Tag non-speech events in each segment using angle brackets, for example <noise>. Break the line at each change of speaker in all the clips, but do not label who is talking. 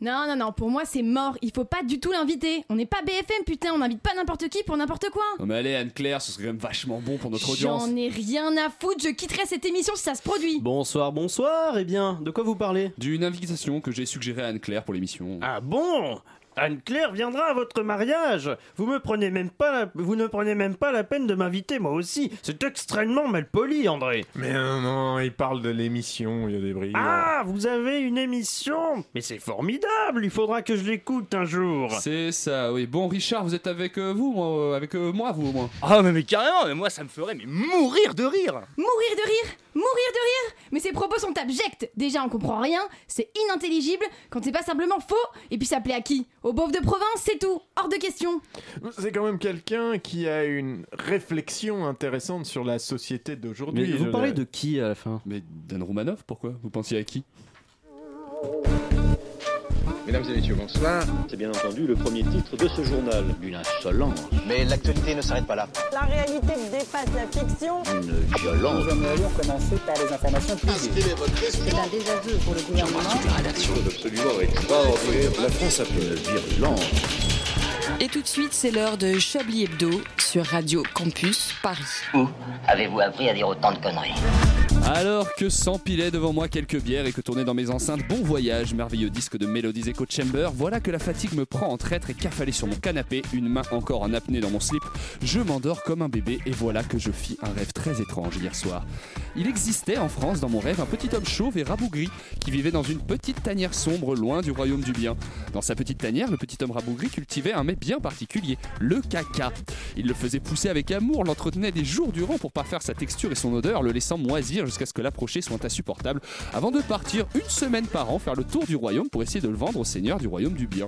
Non, non, non, pour moi c'est mort, il faut pas du tout l'inviter. On n'est pas BFM, putain, on n'invite pas n'importe qui pour n'importe quoi.
Non mais allez Anne-Claire, ce serait quand même vachement bon pour notre audience.
J'en ai rien à foutre, je quitterai cette émission si ça se produit.
Bonsoir, bonsoir, eh bien, de quoi vous parlez
D'une invitation que j'ai suggérée à Anne-Claire pour l'émission.
Ah bon Anne-Claire viendra à votre mariage Vous me prenez même pas la- vous ne prenez même pas la peine de m'inviter moi aussi C'est extrêmement malpoli, André
Mais non, non, il parle de l'émission, il y a des brillants.
Ah, vous avez une émission Mais c'est formidable, il faudra que je l'écoute un jour
C'est ça, oui. Bon Richard, vous êtes avec euh, vous, moi, euh, avec euh, moi, vous au moins.
Ah, mais, mais carrément, mais moi ça me ferait mais mourir de rire
Mourir de rire Mourir de rire Mais ces propos sont abjects Déjà, on comprend rien, c'est inintelligible, quand c'est pas simplement faux, et puis ça plaît à qui Aux beaufs de province, c'est tout Hors de question
C'est quand même quelqu'un qui a une réflexion intéressante sur la société d'aujourd'hui.
Mais vous
je-
parlez de qui à la fin
euh, Mais Dan Romanov, pourquoi Vous pensiez à qui
Mesdames et messieurs, bonsoir.
C'est bien entendu le premier titre de ce journal. Une insolence,
Mais l'actualité ne s'arrête pas là.
La réalité dépasse la fiction.
une violence.
Eh
C'est
ben,
un désaveu pour le gouvernement.
La France a fait une virulence.
Et tout de suite, c'est l'heure de Chablis Hebdo sur Radio Campus Paris.
Où avez-vous appris à dire autant de conneries
Alors que s'empilait devant moi quelques bières et que tournait dans mes enceintes Bon Voyage, merveilleux disque de Melodies Echo Chamber, voilà que la fatigue me prend en traître et cafalé sur mon canapé, une main encore en apnée dans mon slip, je m'endors comme un bébé et voilà que je fis un rêve très étrange hier soir. Il existait en France dans mon rêve un petit homme chauve et rabougri qui vivait dans une petite tanière sombre loin du royaume du bien. Dans sa petite tanière, le petit homme rabougri cultivait un mets bien particulier, le caca. Il le faisait pousser avec amour, l'entretenait des jours durant pour parfaire sa texture et son odeur, le laissant moisir jusqu'à ce que l'approcher soit insupportable, avant de partir une semaine par an faire le tour du royaume pour essayer de le vendre au seigneur du royaume du bien.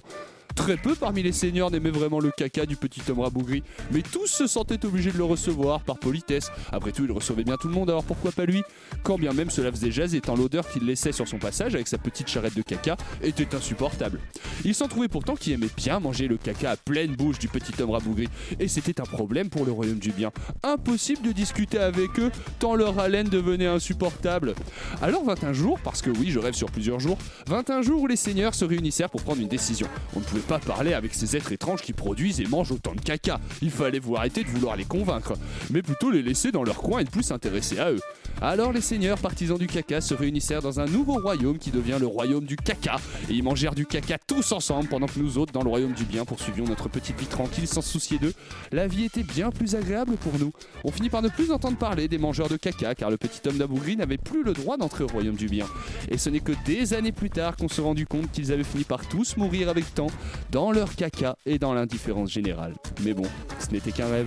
Très peu parmi les seigneurs n'aimaient vraiment le caca du petit homme rabougri, mais tous se sentaient obligés de le recevoir par politesse. Après tout, il recevait bien tout le monde, alors pourquoi pas lui Quand bien même cela faisait jazz, étant l'odeur qu'il laissait sur son passage avec sa petite charrette de caca était insupportable. Il s'en trouvait pourtant qui aimait bien manger le caca à pleine bouche du petit homme rabougri, et c'était un problème pour le royaume du bien. Impossible de discuter avec eux, tant leur haleine devenait insupportable. Alors 21 jours, parce que oui, je rêve sur plusieurs jours, 21 jours où les seigneurs se réunissèrent pour prendre une décision. On ne pouvait pas parler avec ces êtres étranges qui produisent et mangent autant de caca. Il fallait vous arrêter de vouloir les convaincre, mais plutôt les laisser dans leur coin et ne plus s'intéresser à eux. Alors les seigneurs partisans du caca se réunissèrent dans un nouveau royaume qui devient le royaume du caca, et ils mangèrent du caca tous ensemble pendant que nous autres, dans le royaume du bien, poursuivions notre petite vie tranquille sans se soucier d'eux. La vie était bien plus agréable pour nous. On finit par ne plus entendre parler des mangeurs de caca, car le petit homme d'abougri n'avait plus le droit d'entrer au royaume du bien. Et ce n'est que des années plus tard qu'on se rendu compte qu'ils avaient fini par tous mourir avec temps, dans leur caca et dans l'indifférence générale. Mais bon, ce n'était qu'un rêve.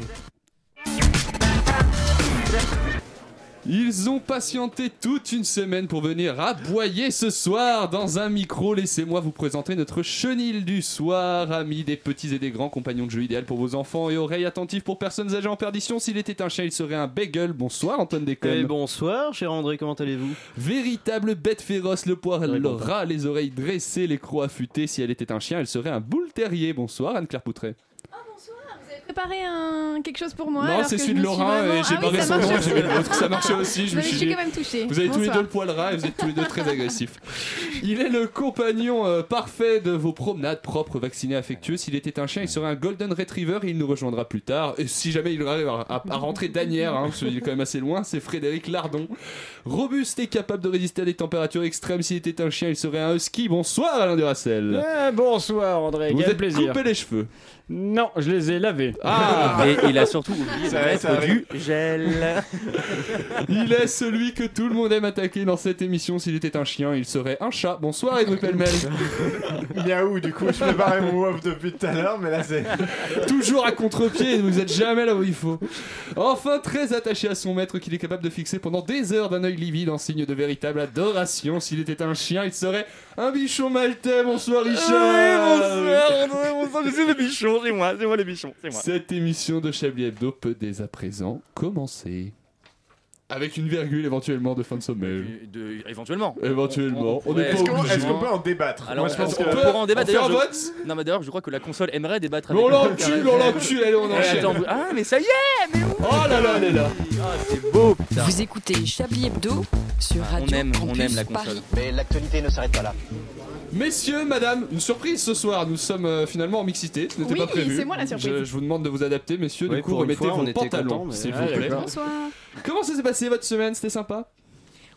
Ils ont patienté toute une semaine pour venir aboyer ce soir dans un micro. Laissez-moi vous présenter notre chenille du soir, amis des petits et des grands, compagnons de jeu idéal pour vos enfants et oreilles attentives pour personnes âgées en perdition. S'il était un chien, il serait un bagel. Bonsoir, Antoine Déconne.
Eh bonsoir, cher André, comment allez-vous
Véritable bête féroce, le poil
Oui, bon.
rat, les oreilles dressées, les crocs affûtés. Si elle était un chien, elle serait un boule terrier. Bonsoir, Anne-Claire Poutret.
Ah, Préparez un... quelque chose pour moi
non, c'est celui de Laurent et
Ah
j'ai barré son <laughs> nom, j'ai mis le vôtre. Ça marchait aussi, je me suis dit.
même touchée.
Vous avez tous les deux le poil ras et vous êtes tous les deux très agressifs. Il est le compagnon euh, parfait de vos promenades propres, vacciné, affectueux. S'il était un chien, il serait un golden retriever et il nous rejoindra plus tard. Et si jamais il arrive à, à- à rentrer d'Anière, hein, parce qu'il est quand même assez loin, c'est Frédéric Lardon. Robuste et capable de résister à des températures extrêmes, s'il était un chien, il serait un husky. Bonsoir Alain Duracel.
Eh, bonsoir André,
Vous
quel
êtes
plaisir.
coupé les cheveux.
Non, je les ai lavés.
Ah
<laughs> Et il a surtout oublié de
Ça va, ça
mettre
va.
du gel
<laughs> Il est celui que tout le monde aime attaquer dans cette émission. S'il était un chien, il serait un chat. Bonsoir Edouard Pellemel.
<laughs> Miaou, du coup, je préparais mon off depuis tout à l'heure, mais là, c'est.
<laughs> Toujours à contre-pied, vous êtes jamais là où il faut. Enfin, très attaché à son maître qu'il est capable de fixer pendant des heures d'un œil livide en signe de véritable adoration. S'il était un chien, il serait un bichon maltais. Bonsoir Richard. Euh,
c'est le bichon, c'est moi, c'est moi le bichon, c'est moi.
Cette émission de Chablis Hebdo peut dès à présent commencer. Avec une virgule éventuellement de fin de sommeil.
De, éventuellement.
Éventuellement, on
Ouais.
n'est
Est-ce
pas
qu'on
obligé.
est-ce qu'on peut en débattre
Alors,
Moi, je pense
on-
que.
on peut- pourra en débattre,
on fait un
d'ailleurs,
vote
Non mais d'ailleurs je crois que la console aimerait débattre
Mais
avec
on
nous.
l'encule, on l'encule, allez on
Ouais,
enchaîne.
attends, vous- Ah mais ça y est
Oh là là, elle est là.
C'est beau putain
Vous écoutez Chablis Hebdo sur
Ah,
Radio
On aime,
Campus
on aime la
Paris.
console.
Mais l'actualité ne s'arrête pas là.
Messieurs, madame, une surprise ce soir. Nous sommes euh, finalement en mixité. Ce n'était
Oui,
pas prévu.
c'est moi la surprise.
Je, je vous demande de vous adapter, messieurs.
Oui,
du coup,
pour une
remettez
fois, on
vos
était
pantalons,
contents, mais-
s'il
Ah,
vous plaît.
d'accord. Bonsoir.
Comment ça s'est passé votre semaine C'était sympa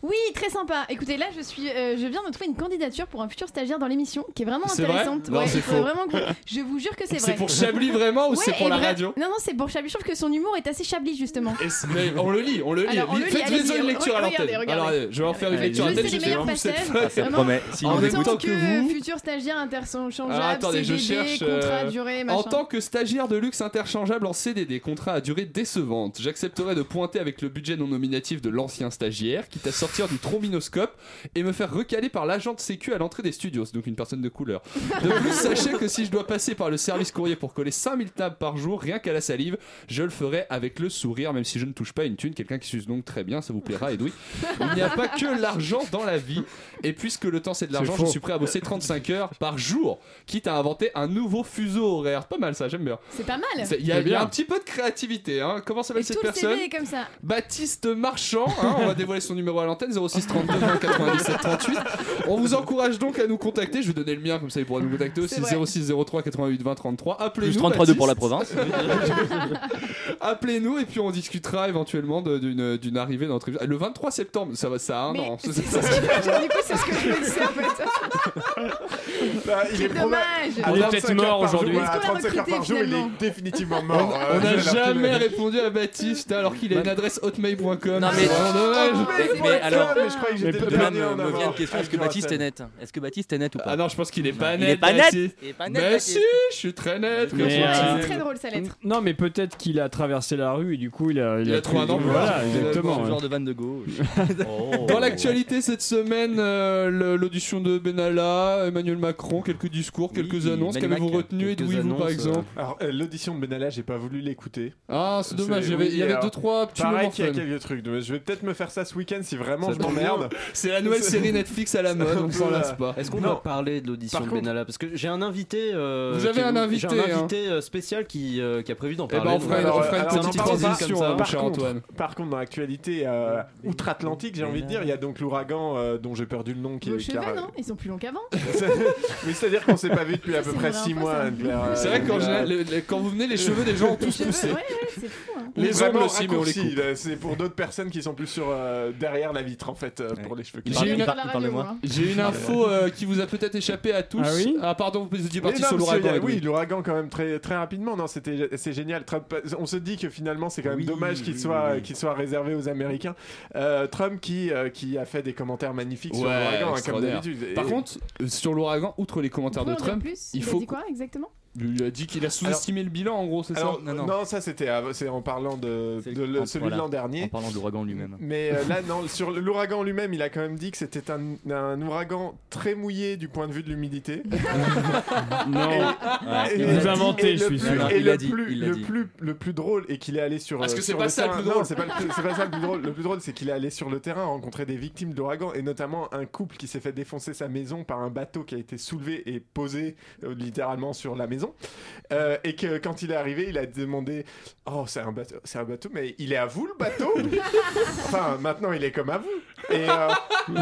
Oui, très sympa. Écoutez, là, je suis, euh, je viens de trouver une candidature pour un futur stagiaire dans l'émission, qui est vraiment
C'est vrai
intéressante.
Non, c'est faux.
vraiment cool. Je vous jure que c'est
C'est
vrai.
pour Chablis vraiment ou
Ouais,
c'est pour
et
la
vra-
radio
Non, non, c'est pour Chablis. Je trouve que son humour est assez Chablis justement.
Et c'est- <laughs> mais on le lit, on le lit.
Alors, on le lit,
Faites
allez-y,
faisons une lecture à
regardez,
l'antenne.
regardez.
Alors, allez, je vais en faire une
Allez,
lecture à
je
l'antenne.
sais les
vais
meilleurs
voir cette
passages.
feuille.
Ah, ça Vraiment. promet, s'il
En
nous
même
écoute.
temps que
Euh,
vous,
futur stagiaire interchangeable,
Alors, Ah, attendez, je
CDD,
cherche.
contrat à
euh,
durée,
en
machin.
tant que stagiaire de luxe interchangeable en CDD, contrat à durée décevante, j'accepterai de pointer avec le budget non nominatif de l'ancien stagiaire, quitte à sortir du trombinoscope et me faire recaler par l'agent de sécu à l'entrée des studios, donc une personne de couleur. De plus,
<laughs>
sachez que si je dois passer par le service courrier pour coller 5000 tables par jour, rien qu'à la salive, je le ferai avec le sourire, même si je ne touche pas une thune. Quelqu'un qui s'use donc très bien, ça vous plaira, Edoui. Il n'y a pas que l'argent dans la vie. Et puisque le temps c'est de l'argent,
C'est
je
faux.
suis prêt à bosser 35 heures par jour, quitte à inventer un nouveau fuseau horaire. Pas mal ça, j'aime bien.
C'est pas mal.
C'est- Il y a il y a un petit peu de créativité. Hein. Comment s'appelle
Et tout
cette
le
personne
CV est comme ça.
Baptiste Marchand, hein, on va dévoiler son numéro à l'antenne 06 32 20 97 38. On vous encourage donc à nous contacter. Je vais donner le mien comme ça il pourra nous contacter aussi 06 03 88 20 33. Appelez-nous.
Plus 33,2 pour la province.
Baptiste. <laughs> Appelez-nous et puis on discutera éventuellement de- d'une d'une arrivée dans notre émission. Le 23 septembre, ça va, ça a
Oh
un
Mais
an. hein.
c'est
<laughs>
ce que- du coup, c'est ce que je me disais en fait.
il
C'est
Bah,
est probable-
dommage.
à
Il est
35
peut-être
heures
mort
par jour,
aujourd'hui.
à
Est-ce qu'on l'a
35 heures par jour, il
finalement
est définitivement mort.
On n'a
euh, je vais l'appeler.
jamais répondu à Baptiste alors qu'il a une adresse hotmail.com.
Non, mais-
C'est vraiment dommage.
Mais, mais alors,
Oh, mais je croyais que j'étais
de
le
là
dernier à en
me, me
avoir.
vient une question est-ce que
Ah, je
Baptiste est
rappelle.
net Est-ce que Baptiste est net ou pas
Ah non, je pense qu'il est pas
Il
net.
est pas net.
Baptiste.
Il est pas net,
Mais
Baptiste.
si, je suis très net.
Mais,
comme
euh,
ça.
Très drôle sa lettre.
Non, mais peut-être qu'il a traversé la rue et du coup, il a,
Il a trouvé un emploi.
Voilà,
Finalement,
exactement.
Le
ouais.
genre de vanne de gauche. Oh,
Dans l'actualité cette semaine, euh, le- l'audition de Benalla, Emmanuel Macron, quelques discours, quelques
Oui,
annonces.
Manu
Qu'avez-vous
Mac,
retenu,
quelques
Edoui, vous par
annonces,
exemple
Alors, euh, l'audition de Benalla, j'ai pas voulu l'écouter.
Ah, c'est dommage,
C'est-
il y avait, il y
oui,
avait
alors,
deux, trois petits
Pareil
moments
qu'il y a
fun.
quelques trucs. de- Je vais peut-être me faire ça ce week-end si vraiment
Ça
je
tombe
m'emmerde.
C'est la nouvelle série Netflix à la mode, on s'en
euh,
lasse pas.
Est-ce qu'on
Non.
doit parler de l'audition
Par
de
contre-
Benalla Parce que j'ai un invité. euh,
Vous avez
qui est-
un invité,
J'ai un
hein.
invité euh, spécial qui, euh, qui a prévu d'en
Eh ben,
parler.
on fera une-
donc,
on
euh,
fera une
alors,
petite
on en parle pas
transition,
comme ça.
hein, mon
Par
cher
contre,
Antoine.
Par contre, dans l'actualité euh, outre-Atlantique, j'ai envie de dire, il y a donc l'ouragan euh, dont j'ai perdu le nom qui
Vos
qui a-
cheveux, non Ils sont plus longs qu'avant.
<laughs> Mais c'est-à-dire qu'on s'est pas vu depuis à
Ça,
peu
c'est
près
une
6
vraie
mois.
info, ça.
Anne-Claire.
C'est vrai qu'en
Euh,
général, les- les- quand vous venez, les cheveux des gens ont
Les
tous
cheveux,
poussé.
ouais, ouais, c'est fou. hein.
Les
vraiment
ongles aussi, mais on les
raccourcis,
coupe.
là, C'est pour d'autres personnes qui sont plus sur euh, derrière la vitre en fait euh, pour les cheveux. qui
J'ai
Parle-
une-
parle à la
parle-
radio,
parlez-moi.
hein.
J'ai une info euh, qui vous a peut-être échappé à tous.
Ah oui
pardon, vous étiez
Mais
parti
non,
sur
parce qu'il y
l'ouragan.
a-
Edoui.
Oui, l'ouragan quand même très très rapidement. Non, c'était c'est génial. Trump, on se dit que finalement c'est quand même
Oui,
dommage qu'il
oui,
soit
oui, oui.
qu'il soit réservé aux Américains. Euh, Trump qui euh, qui a fait des commentaires magnifiques sur
Ouais,
l'ouragan hein, comme
extraordinaire.
d'habitude. Et-
Par contre, euh, sur l'ouragan, outre les
Vous
commentaires
pouvez
de
en dire
Trump,
plus
il
Il a
faut
dit quoi exactement
il a dit qu'il a sous-estimé le bilan en gros, c'est ça
alors,
non,
non,
non.
ça c'était à- c'est en parlant de,
C'est-
de le-
en-
celui
voilà.
de l'an
En
dernier.
parlant de l'ouragan lui-même.
Mais euh,
<laughs>
là, non, sur l'ouragan lui-même, il a quand même dit que c'était un, un ouragan très mouillé du point de vue
<laughs>
de l'humidité.
<laughs> Non,
Ouais.
Il
Et-
vous
et-
a inventé,
et
je
le
suis
plus-
sûr.
Non, non,
Et
il
le
l'a dit,
plus,
il l'a
le
dit.
plus, le plus drôle est qu'il est allé sur.
Parce
euh,
que c'est
sur
pas ça le
terrain.
plus drôle.
Non, c'est pas, le plus- c'est pas ça le plus drôle. Le plus drôle, c'est qu'il est allé sur le terrain rencontrer des victimes d'ouragan et notamment un couple qui s'est fait défoncer sa maison par un bateau qui a été soulevé et posé euh, littéralement sur la maison. Euh, et que quand il est arrivé, il a demandé Oh, c'est un bateau, c'est un bateau, mais il est à vous le bateau Enfin, maintenant il est comme à vous. Et euh,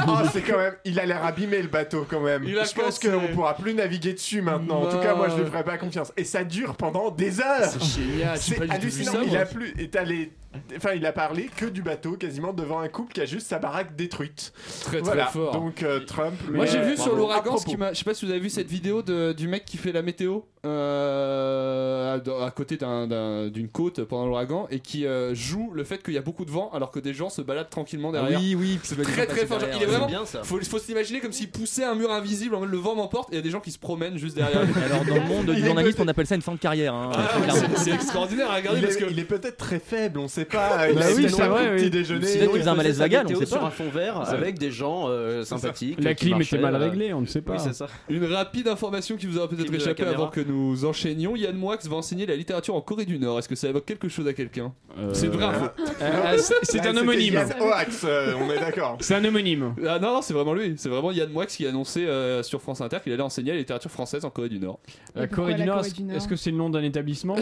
oh, c'est quand même, il a l'air abîmé le bateau quand même.
Il a
je pense
cassé.
qu'on pourra plus naviguer dessus maintenant. En tout
Non.
cas, moi je lui ferai pas confiance. Et ça dure pendant des heures.
C'est génial, j'ai
C'est
pas du tout vu
hallucinant.
ça.
il
moi.
a plus, et t'as les- enfin il a parlé que du bateau quasiment devant un couple qui a juste sa baraque détruite.
Très très
voilà.
fort.
Donc euh, Trump.
Moi
le-
j'ai vu sur
Bravo.
l'ouragan
À
ce qui
propos.
m'a. Je sais pas si vous avez vu cette vidéo de- du mec qui fait la météo euh, à- dans- à côté d'un- d'un- d'une côte pendant l'ouragan et qui euh, joue le fait qu'il y a beaucoup de vent alors que des gens se baladent tranquillement
Ah
derrière.
Oui, oui,
C'est très très fort. genre, Il est
C'est
vraiment.
bien ça.
Faut, faut s'imaginer comme s'il poussait un mur invisible en mode le vent m'emporte et il y a des gens qui se promènent juste derrière. lui.
Alors, dans le monde
Il
du
est
journalisme,
peut-être-
on appelle ça une fin de carrière. hein,
Ah,
très
mais
clairement.
c'est- c'est extraordinaire à regarder
Il
parce
est,
que.
il est peut-être très faible, on sait
<laughs>
pas. Il
Bah
a
oui,
peut-être
c'est
pas
vrai,
pris le
oui.
petit déjeuner.
Peut-être qu'il faisait un malaise vagal, on
Météo
sait
sur
pas.
un fond vert avec des gens euh, sympathiques.
la
qui
clim
marchaient,
était mal
euh,
réglée, on ne sait pas.
Oui, c'est ça.
Une rapide information qui vous aura peut-être
Film de la
échappé
caméra.
avant que nous enchaînions. Yann Moix va enseigner la littérature en Corée du Nord. Est-ce que ça évoque quelque chose à quelqu'un
Euh,
C'est hein. une vraie info.
euh, c'est- c'est
Là,
un
c'était
homonyme.
Yann Oax, euh, on est d'accord.
C'est un homonyme.
Ah non, non, c'est vraiment lui. C'est vraiment Yann Moix qui a annoncé euh, sur France Inter qu'il allait enseigner la littérature française en Corée du Nord.
La
pourquoi
Euh, Corée du
la
Nord,
Corée
est-ce
du Nord
est-ce que c'est le nom d'un établissement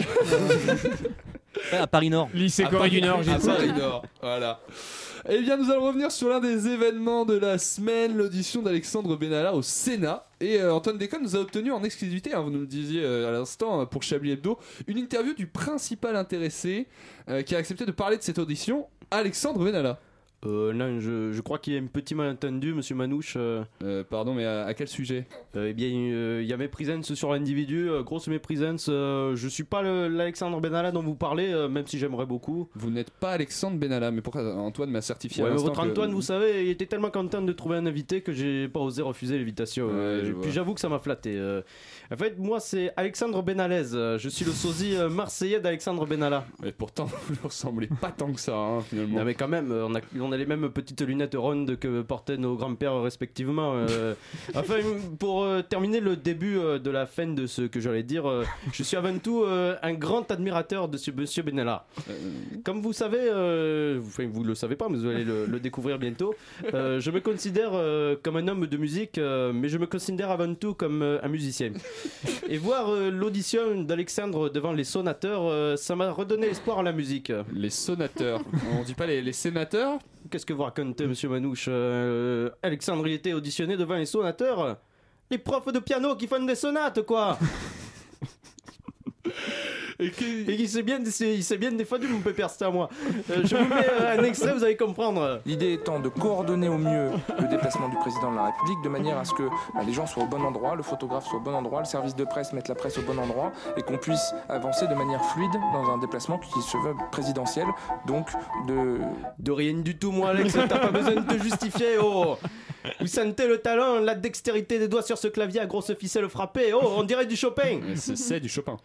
à Paris Nord.
Lycée
À
Corée
Paris-
du Nord, j'ai
à
tout.
Paris
Nord, voilà. Eh bien, nous allons revenir sur l'un des événements de la semaine, l'audition d'Alexandre Benalla au Sénat. Et euh, Antoine Déconne nous a obtenu en exclusivité, hein, vous nous le disiez euh, à l'instant euh, pour Chablis Hebdo, une interview du principal intéressé euh, qui a accepté de parler de cette audition, Alexandre Benalla.
Euh, non, je, je crois qu'il y a un petit malentendu, monsieur Manouche.
Euh, pardon, mais à, quel sujet
Eh bien, euh, il y a méprisance sur l'individu, euh, grosse méprisance. euh, je suis pas le- l'Alexandre Benalla dont vous parlez, euh, même si j'aimerais beaucoup.
Vous n'êtes pas Alexandre Benalla, mais pourquoi Antoine m'a certifié
Ouais,
à
mais
l'instant
votre
que-
Antoine, vous savez, il était tellement content de trouver un invité que j'ai pas osé refuser l'invitation. euh,
je
et
vois.
puis j'avoue que ça m'a flatté. euh. En fait, moi, c'est Alexandre Benalez. euh, Je suis le sosie euh, marseillais d'Alexandre Benalla.
Mais pourtant, vous ne ressemblez pas tant que ça, hein, finalement.
Non, mais quand même, euh, on a, on a les mêmes petites lunettes rondes que portaient nos grands-pères euh, respectivement. euh. enfin, pour euh, terminer le début euh, de la fin de ce que j'allais dire, euh, je suis avant tout euh, un grand admirateur de ce monsieur Benalla. Euh, Comme vous savez, euh, enfin, vous le savez pas, mais vous allez le, le découvrir bientôt, euh, je me considère euh, comme un homme de musique, euh, mais je me considère avant tout comme euh, un musicien. Et voir euh, l'audition d'Alexandre devant les sonateurs, euh, ça m'a redonné espoir en la musique.
Les sonateurs On dit pas les, sénateurs
Qu'est-ce que vous racontez, monsieur Manouche Euh, Alexandre, il était auditionné devant les sonateurs Les profs de piano qui font des sonates, quoi
Et,
il s'est bien, il s'est- il s'est bien défendu, mon pépère, c'était à moi. Euh, je vous mets euh, un extrait, vous allez comprendre.
L'idée étant de coordonner au mieux le déplacement du président de la République de manière à ce que bah, les gens soient au bon endroit, le photographe soit au bon endroit, le service de presse mette la presse au bon endroit et qu'on puisse avancer de manière fluide dans un déplacement qui se veut présidentiel, donc de...
De rien du tout, moi, Alex, t'as pas besoin de te justifier, oh Vous sentez le talent, la dextérité des doigts sur ce clavier à grosse ficelle frappée, oh, on dirait du Chopin
C'est du Chopin.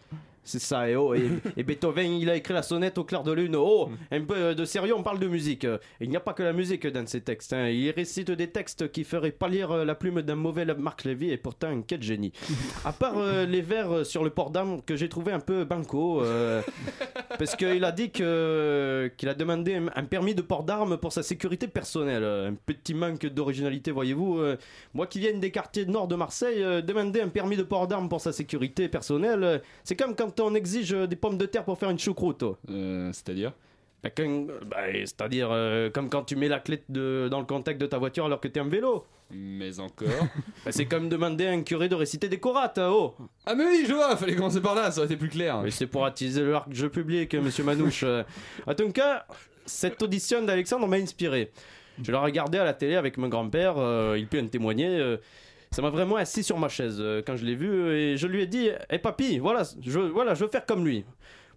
C'est ça, et oh, et, et Beethoven, il a écrit la sonnette au clair de lune. Oh, un peu euh, de sérieux, on parle de musique. Euh, Il n'y a pas que la musique dans ces textes. hein. Il récite des textes qui feraient pâlir euh, la plume d'un mauvais Marc Lévy et pourtant, quel génie. À part euh, les vers euh, sur le port d'âme que j'ai trouvé un peu banco, euh, parce qu'il a dit que- qu'il a demandé un, un permis de port d'armes pour sa sécurité personnelle. Un petit manque d'originalité, voyez-vous. Euh, Moi qui viens des quartiers nord de Marseille, euh, demander un permis de port d'armes pour sa sécurité personnelle, euh, c'est comme quand on exige euh, des pommes de terre pour faire une choucroute.
Euh, C'est-à-dire
Bah, quand- bah, C'est-à-dire euh, comme quand tu mets la clé de- dans le contact de ta voiture alors que t'es en vélo.
Mais encore.
<laughs> Bah, c'est comme demander à un curé de réciter des corates, hein, oh
Ah mais oui, je vois, fallait commencer par là, ça aurait été plus clair.
Mais c'est pour attiser le arc jeu public,
<laughs>
monsieur Manouche. Euh, en tout cas, cette audition d'Alexandre m'a inspiré. Je la regardais à la télé avec mon grand-père, euh, il peut en témoigner. euh, ça m'a vraiment assis sur ma chaise euh, quand je l'ai vu euh, et je lui ai dit Hé papy, voilà je, voilà, je veux faire comme lui.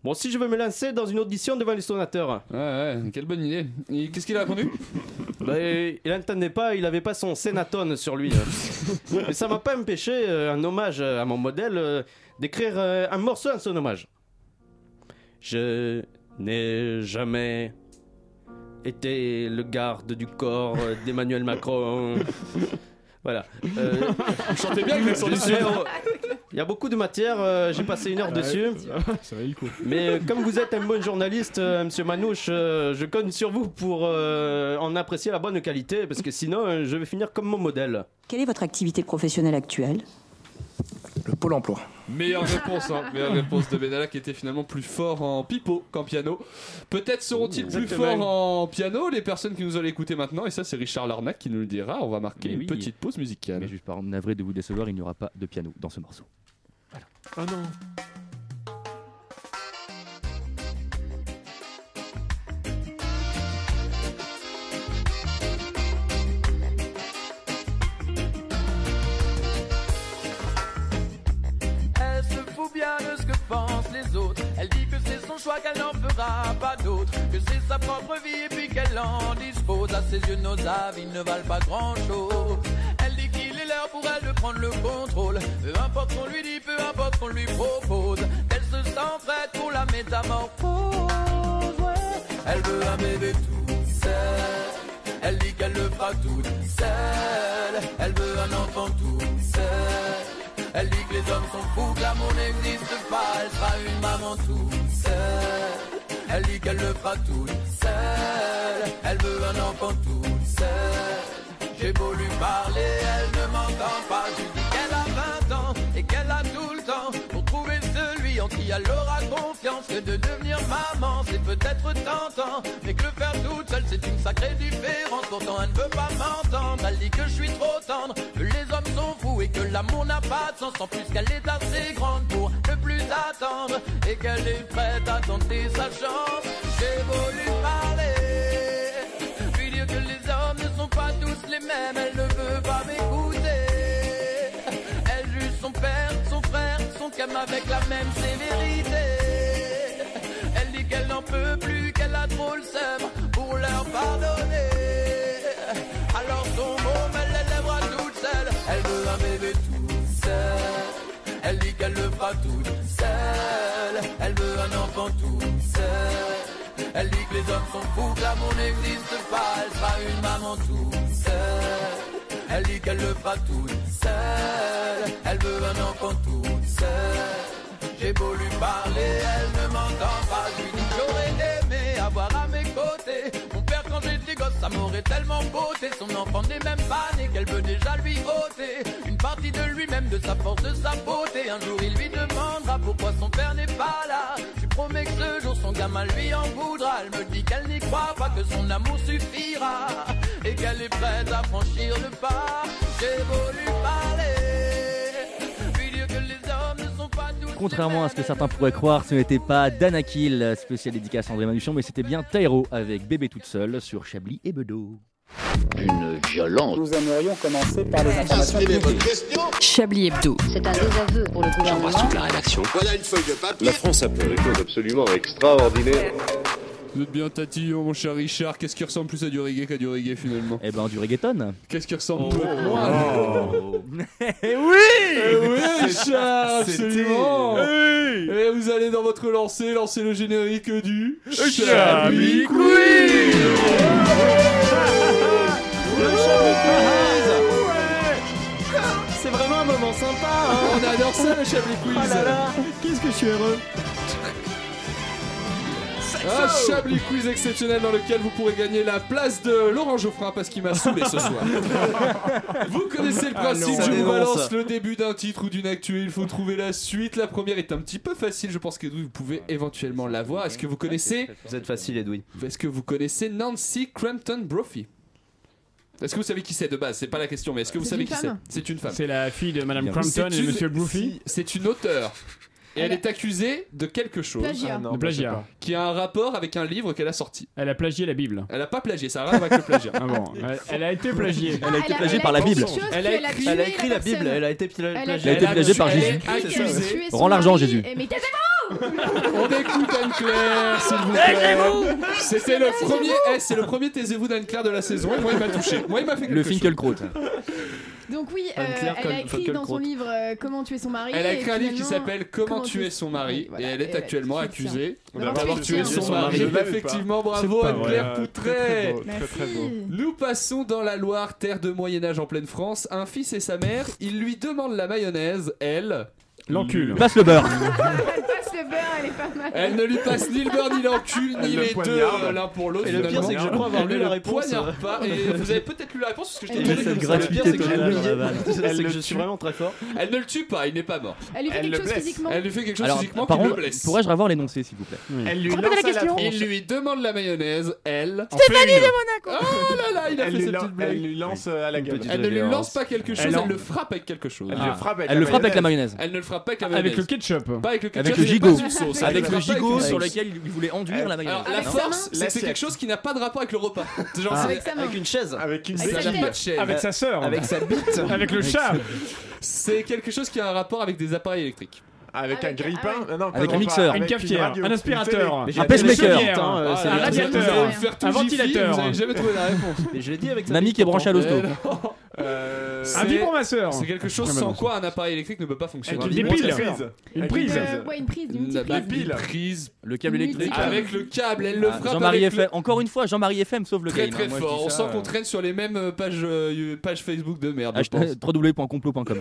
Bon, si je veux me lancer dans une audition devant les sonateurs.
Ouais, ouais, quelle bonne idée. Et Qu'est-ce qu'il a répondu
Bah, euh, il n'entendait pas, il avait pas son sénatone sur
<laughs>
lui. euh. Mais ça m'a pas empêché, euh, en hommage euh, à mon modèle, euh, d'écrire euh, un morceau en son hommage. Je n'ai jamais été le garde du corps euh, d'Emmanuel Macron. <laughs> Voilà. Euh,
Vous chantez bien avec l'accent
je
du
suis
Sud.
au- Il y a beaucoup de matière, euh, j'ai passé une heure dessus.
Ça valait le coup.
Mais euh, comme vous êtes un bon journaliste, euh, monsieur Manouche, euh, je compte sur vous pour euh, en apprécier la bonne qualité, parce que sinon, euh, je vais finir comme mon modèle.
Quelle est votre activité professionnelle actuelle
Le Pôle emploi.
Meilleure réponse, hein, meilleure réponse de Benalla qui était finalement plus fort en pipeau qu'en piano. Peut-être seront-ils plus
Exactement.
forts en piano les personnes qui nous allaient écouter maintenant. Et ça, c'est Richard Larnac qui nous le dira. On va marquer une petite pause musicale.
Mais juste par navré de vous décevoir, il n'y aura pas de piano dans ce morceau.
Oh non.
Elle se fout bien de ce que pensent les autres. Elle dit que c'est son choix, qu'elle n'en fera pas d'autre. Que c'est sa propre vie et puis qu'elle en dispose. À ses yeux, nos avis ne valent pas grand chose. Elle dit qu'il est l'heure pour elle de prendre le contrôle. Peu importe qu'on lui dit, peu importe qu'on lui propose. Elle se sent prête pour la métamorphose. ouais. Elle veut un bébé tout seul. Elle dit qu'elle le fera toute seule. Elle veut un enfant tout seul. Elle dit que les hommes sont fous, que l'amour n'existe pas. Elle sera une maman toute seule. Elle dit qu'elle le fera toute seule. Elle veut un enfant toute seule. J'ai beau lui parler, elle ne m'entend pas. Je lui dis qu'elle a 20 ans et qu'elle a tout le temps pour trouver celui en qui elle aura confiance que de devenir maman. maman, c'est peut-être tentant. Mais que le faire toute seule, c'est une sacrée différence. Pourtant, elle ne veut pas m'entendre. Elle dit que je suis trop tendre, que les hommes sont fous et que l'amour n'a pas de sens. En plus qu'elle est assez grande pour ne plus attendre et qu'elle est prête à tenter sa chance. J'ai voulu parler, lui dire que les hommes ne sont pas tous les mêmes. Elle ne veut pas m'écouter. Elle juge son père, son frère, son cam avec la même sévérité. Elle dit qu'elle n'en peut plus, qu'elle a trop le seum pour leur pardonner. Alors son môme, elle l'élèvera toute seule. Elle veut un bébé tout seul. Elle dit qu'elle le fera toute seule. Elle veut un enfant tout seul. Elle dit que les hommes sont fous, que l'amour n'existe pas. Elle sera une maman tout seule. Elle dit qu'elle le fera toute seule. Elle veut un enfant tout seul. J'ai beau lui parler, elle ne m'entend pas. Je lui dis que j'aurais aimé avoir à mes côtés. Mon père, quand j'étais gosse, ça m'aurait tellement beauté. Son enfant n'est même pas né, qu'elle veut déjà lui ôter. Une partie de lui-même, de sa force, de sa beauté. Un jour, il lui demandera pourquoi son père n'est pas là. Je lui promets que ce jour, son gamin lui en voudra. Elle me dit qu'elle n'y croit pas, que son amour suffira. Et qu'elle est prête à franchir le pas. J'ai voulu parler, lui dire que les hommes ne sont pas tous.
Contrairement à ce que certains pourraient croire, ce n'était pas Dana Kill, spéciale dédicace à André Manuchon, mais c'était bien Tyro avec Bébé toute seule sur Chablis et Bedeau. Une violence. Nous aimerions commencer par
Ah,
les informations
Chablis Hebdo.
C'est un désaveu pour le gouvernement.
la rédaction.
Voilà une feuille de papier.
La France a fait des choses absolument extraordinaires.
Vous êtes bien tatillon, mon cher Richard. Qu'est-ce qui ressemble plus à du reggae qu'à du reggae finalement
Eh ben, du reggaeton.
Qu'est-ce qui ressemble plus
<laughs>
Eh oui Eh oui, Richard,
C'était-
absolument Et
Eh,
vous allez dans votre lancer, lancer le générique du
Chablis
Quiz
C'est vraiment un moment sympa.
Ah, On adore ça, le Chablis Quiz.
Ah
Oh là là, qu'est-ce que je suis heureux.
Un Chablis Quiz exceptionnel dans lequel vous pourrez gagner la place de Laurent Geoffrin parce qu'il m'a saoulé ce
<laughs>
soir. vous connaissez le principe,
Ah non.
je
Ça
vous
dénonce.
balance le début d'un titre ou d'une actu, il faut trouver la suite. La première est un petit peu facile, je pense que vous pouvez éventuellement l'avoir. Est-ce que vous connaissez
Vous êtes facile, Edoui.
Est-ce que vous connaissez Nancy Crampton Brophy Est-ce que vous savez qui c'est de base C'est pas la question, mais est-ce que vous
C'est
savez
une
qui c'est
femme
C'est une femme.
C'est la fille de Madame Crampton
C'est
et
une-
Monsieur Brophy.
C'est une auteure. Et elle est accusée de quelque chose.
Plagiat. Ah non, De bah, plagiat. je sais pas.
Qui a un rapport avec un livre qu'elle a sorti.
Elle a plagié la Bible.
Elle a pas plagié, ça a rien à voir avec le plagiat.
<laughs> Ah bon, elle- elle a été plagiée.
Ah, Elle a été plagiée par la Bible.
Elle a écrit, elle a écrit la Bible, elle a été pla-
Elle a-
plagiée.
Elle a été plagiée par Jésus.
Tuer son
Rends l'argent,
mari
Jésus.
Eh,
et- Mais taisez-vous
On écoute Anne-Claire, s'il vous
Taisez-vous
plaît. C'était le
Taisez-vous
premier, eh, c'est le premier taisez-vous d'Anne-Claire de la saison. Et moi, il m'a touché. Moi, il m'a fait
Le
quelque chose.
Finkielkraut.
Donc oui, euh,
Anne-Claire
elle a
Col-
écrit dans son
Colcrotte.
livre euh, Comment tuer son mari.
Elle a
et
écrit un livre qui
finalement,
s'appelle Comment tuer son mari et elle est actuellement accusée d'avoir tué son mari. Effectivement, bravo Anne-Claire Poutret. Nous passons dans la Loire, terre de Moyen Âge en pleine France. Un fils et sa mère, il lui demande la mayonnaise, elle
l'encule.
Passe le beurre.
Elle passe le beurre, elle est pas mal.
<laughs> Elle ne lui passe ni le beurre ni l'encul
Elle
ni
le
les deux
poignarde.
euh, l'un pour l'autre.
Et le pire,
finalement.
c'est que je crois avoir lu
Elle
la
le
réponse. euh.
poignarde pas
<laughs>
et vous avez peut-être lu la réponse parce que je t'ai
Mais
donné
cette
comme ça.
gratuité
Le pire, c'est que
totale
je l'ai
dans la
oublié. <laughs>
vanne.
C'est
Elle
que
le
je suis
tue.
vraiment très fort. Elle ne le tue pas, il n'est pas mort.
Elle lui fait Elle quelque le chose blesse. physiquement.
Elle lui fait quelque chose
Alors,
physiquement qui
par
le
contre,
blesse.
pourrais-je revoir l'énoncé, s'il vous plaît
Elle
lui Répétez lance la à la question. tronche.
Il lui demande la mayonnaise, elle.
Stéphanie
Fait une.
de
Monaco Oh là là, il a
Elle
fait
lui
cette
lan-
petite blague.
elle lui lance, euh, à la
Une
gueule.
petite
Elle
Elle
ne lui
ne lui
lance.
lance pas quelque chose,
Elle
elle,
en-
le frappe avec quelque chose.
Elle le frappe avec
Elle la le frappe avec la mayonnaise.
Elle ne le frappe pas avec la
Avec
mayonnaise.
le ketchup.
Pas avec le ketchup.
Avec le
mais pas
gigot.
une sauce.
Avec
Elle
le
frappe pas
gigot
une
sur
sauce.
lequel il voulait enduire la mayonnaise.
Alors, la
Avec sa
force,
main
c'est que c'est quelque chose qui n'a pas de rapport avec le repas. C'est Genre,
Ah.
c'est-
Avec sa main.
Avec une chaise.
Avec
une chaise.
Avec,
Avec sa sœur.
Avec sa bite.
Avec le chat. C'est quelque chose qui a un rapport avec des appareils électriques.
Avec un grille-pain Non, non,
Avec
pas de
un
repas,
mixeur.
avec
Une cafetière,
radio,
un
une
aspirateur,
télé.
un pacemaker. Ah,
ça
un
veut dire-
radiateur,
vous allez me faire tout
un
gifler,
ventilateur.
Vous avez jamais trouvé la réponse. Mais je l'ai dit avec
Mamie qui est branchée à l'hosto.
C'est-
Un vibromasseur.
C'est quelque chose
Ah, bah non,
sans
c'est-
quoi un appareil électrique ne peut pas fonctionner.
Avec des
Un
piles.
vibromasseur.
Une Avec prise. une prise.
Euh, ouais, une prise, une
La
petite prise.
pile. prise.
Le câble électrique.
Avec le câble, elle le
Ah,
frappe.
Jean-Marie
avec le-
FM. Encore une fois, Jean-Marie FM sauve le
Très
game,
très
hein, moi, je
fort.
dis
On
ça,
sent
euh,
qu'on traîne sur les mêmes euh, pages, euh, pages Facebook de merde. je
hashtag-
pense.
www.complot.com.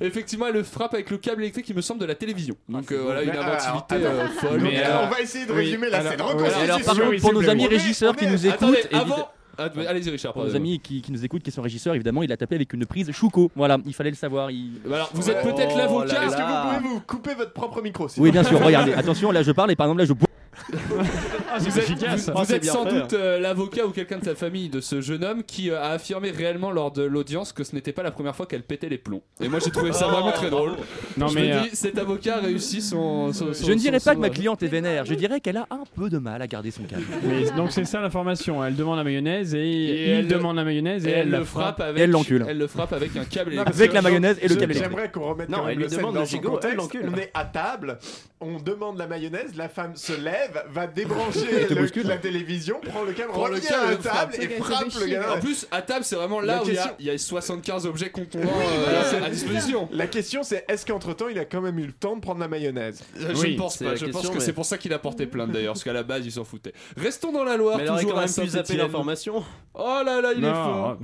Effectivement, elle le frappe avec le câble électrique, il me semble, de la télévision. Donc euh, voilà, une
Mais alors,
inventivité
attends.
euh, folle.
Donc, alors, on va essayer de résumer la scène. Reconstitution,
Alors, par contre, pour nos amis régisseurs qui nous écoutent,
Attendez,
et-
avant. Ah, mais Allez-y, Richard.
pour nos
pardon.
amis qui, qui nous écoutent, qui sont régisseurs, évidemment, il a tapé avec une prise Chouco. Voilà, il fallait le savoir. il-
Bah Alors, vous êtes peut-être l'avocat.
Est-ce que vous pouvez vous couper votre propre micro s'il
Oh Oui,
vous
bien
plaît <laughs>
sûr. Regardez, attention, là je parle et par exemple là je.
c'est
<laughs> vous êtes,
efficace.
vous-
Ah,
vous
c'est
êtes
bien
sans
fait.
doute euh, l'avocat ou quelqu'un de sa famille de ce jeune homme qui euh, a affirmé réellement lors de l'audience que ce n'était pas la première fois qu'elle pétait les plombs. Et moi j'ai trouvé ça
Oh,
vraiment très drôle.
Non,
Je
mais,
me
euh,
dis, cet avocat a réussi son. son- son-
Je ne dirais
son-
pas que ma
son-
cliente est vénère, je dirais qu'elle a un peu de mal à garder son calme.
<laughs> Mais donc c'est ça l'information. Elle demande la mayonnaise et, il
elle le-
demande la mayonnaise et, elle,
le
la
frappe avec.
Et elle l'encule.
Elle le frappe avec un câble.
Non, parce
Avec
que
la
j'aime-
mayonnaise et le
je-
câble électrique.
J'aimerais qu'on remette
Non,
quand
elle
même
lui
le scène
demande
dans
le
son
gigot, elle
contexte.
l'encule.
On est à table, on demande la mayonnaise, la femme se lève, va débrancher
Te
le-
bouscule.
la télévision, prend le câble,
Prends le
revient
câble,
à
le frappe.
table et frappe le gars.
En plus, à table, c'est vraiment là
La
où il y a-
question-
il y, a 75 objets contondants
Oui,
euh,
voilà,
à
c'est-
disposition.
La question c'est est-ce qu'entre temps il a quand même eu le temps de prendre la mayonnaise
Euh, Je ne pense pas. Je pense que c'est pour ça qu'il a porté plainte d'ailleurs, parce qu'à la base il s'en foutait. Restons dans la Loire,
Mais elle aurait
toujours
quand
à
même pu zapper
Saint-Étienne.
l'information.
Oh là là, il est
Non.
<laughs>
fort.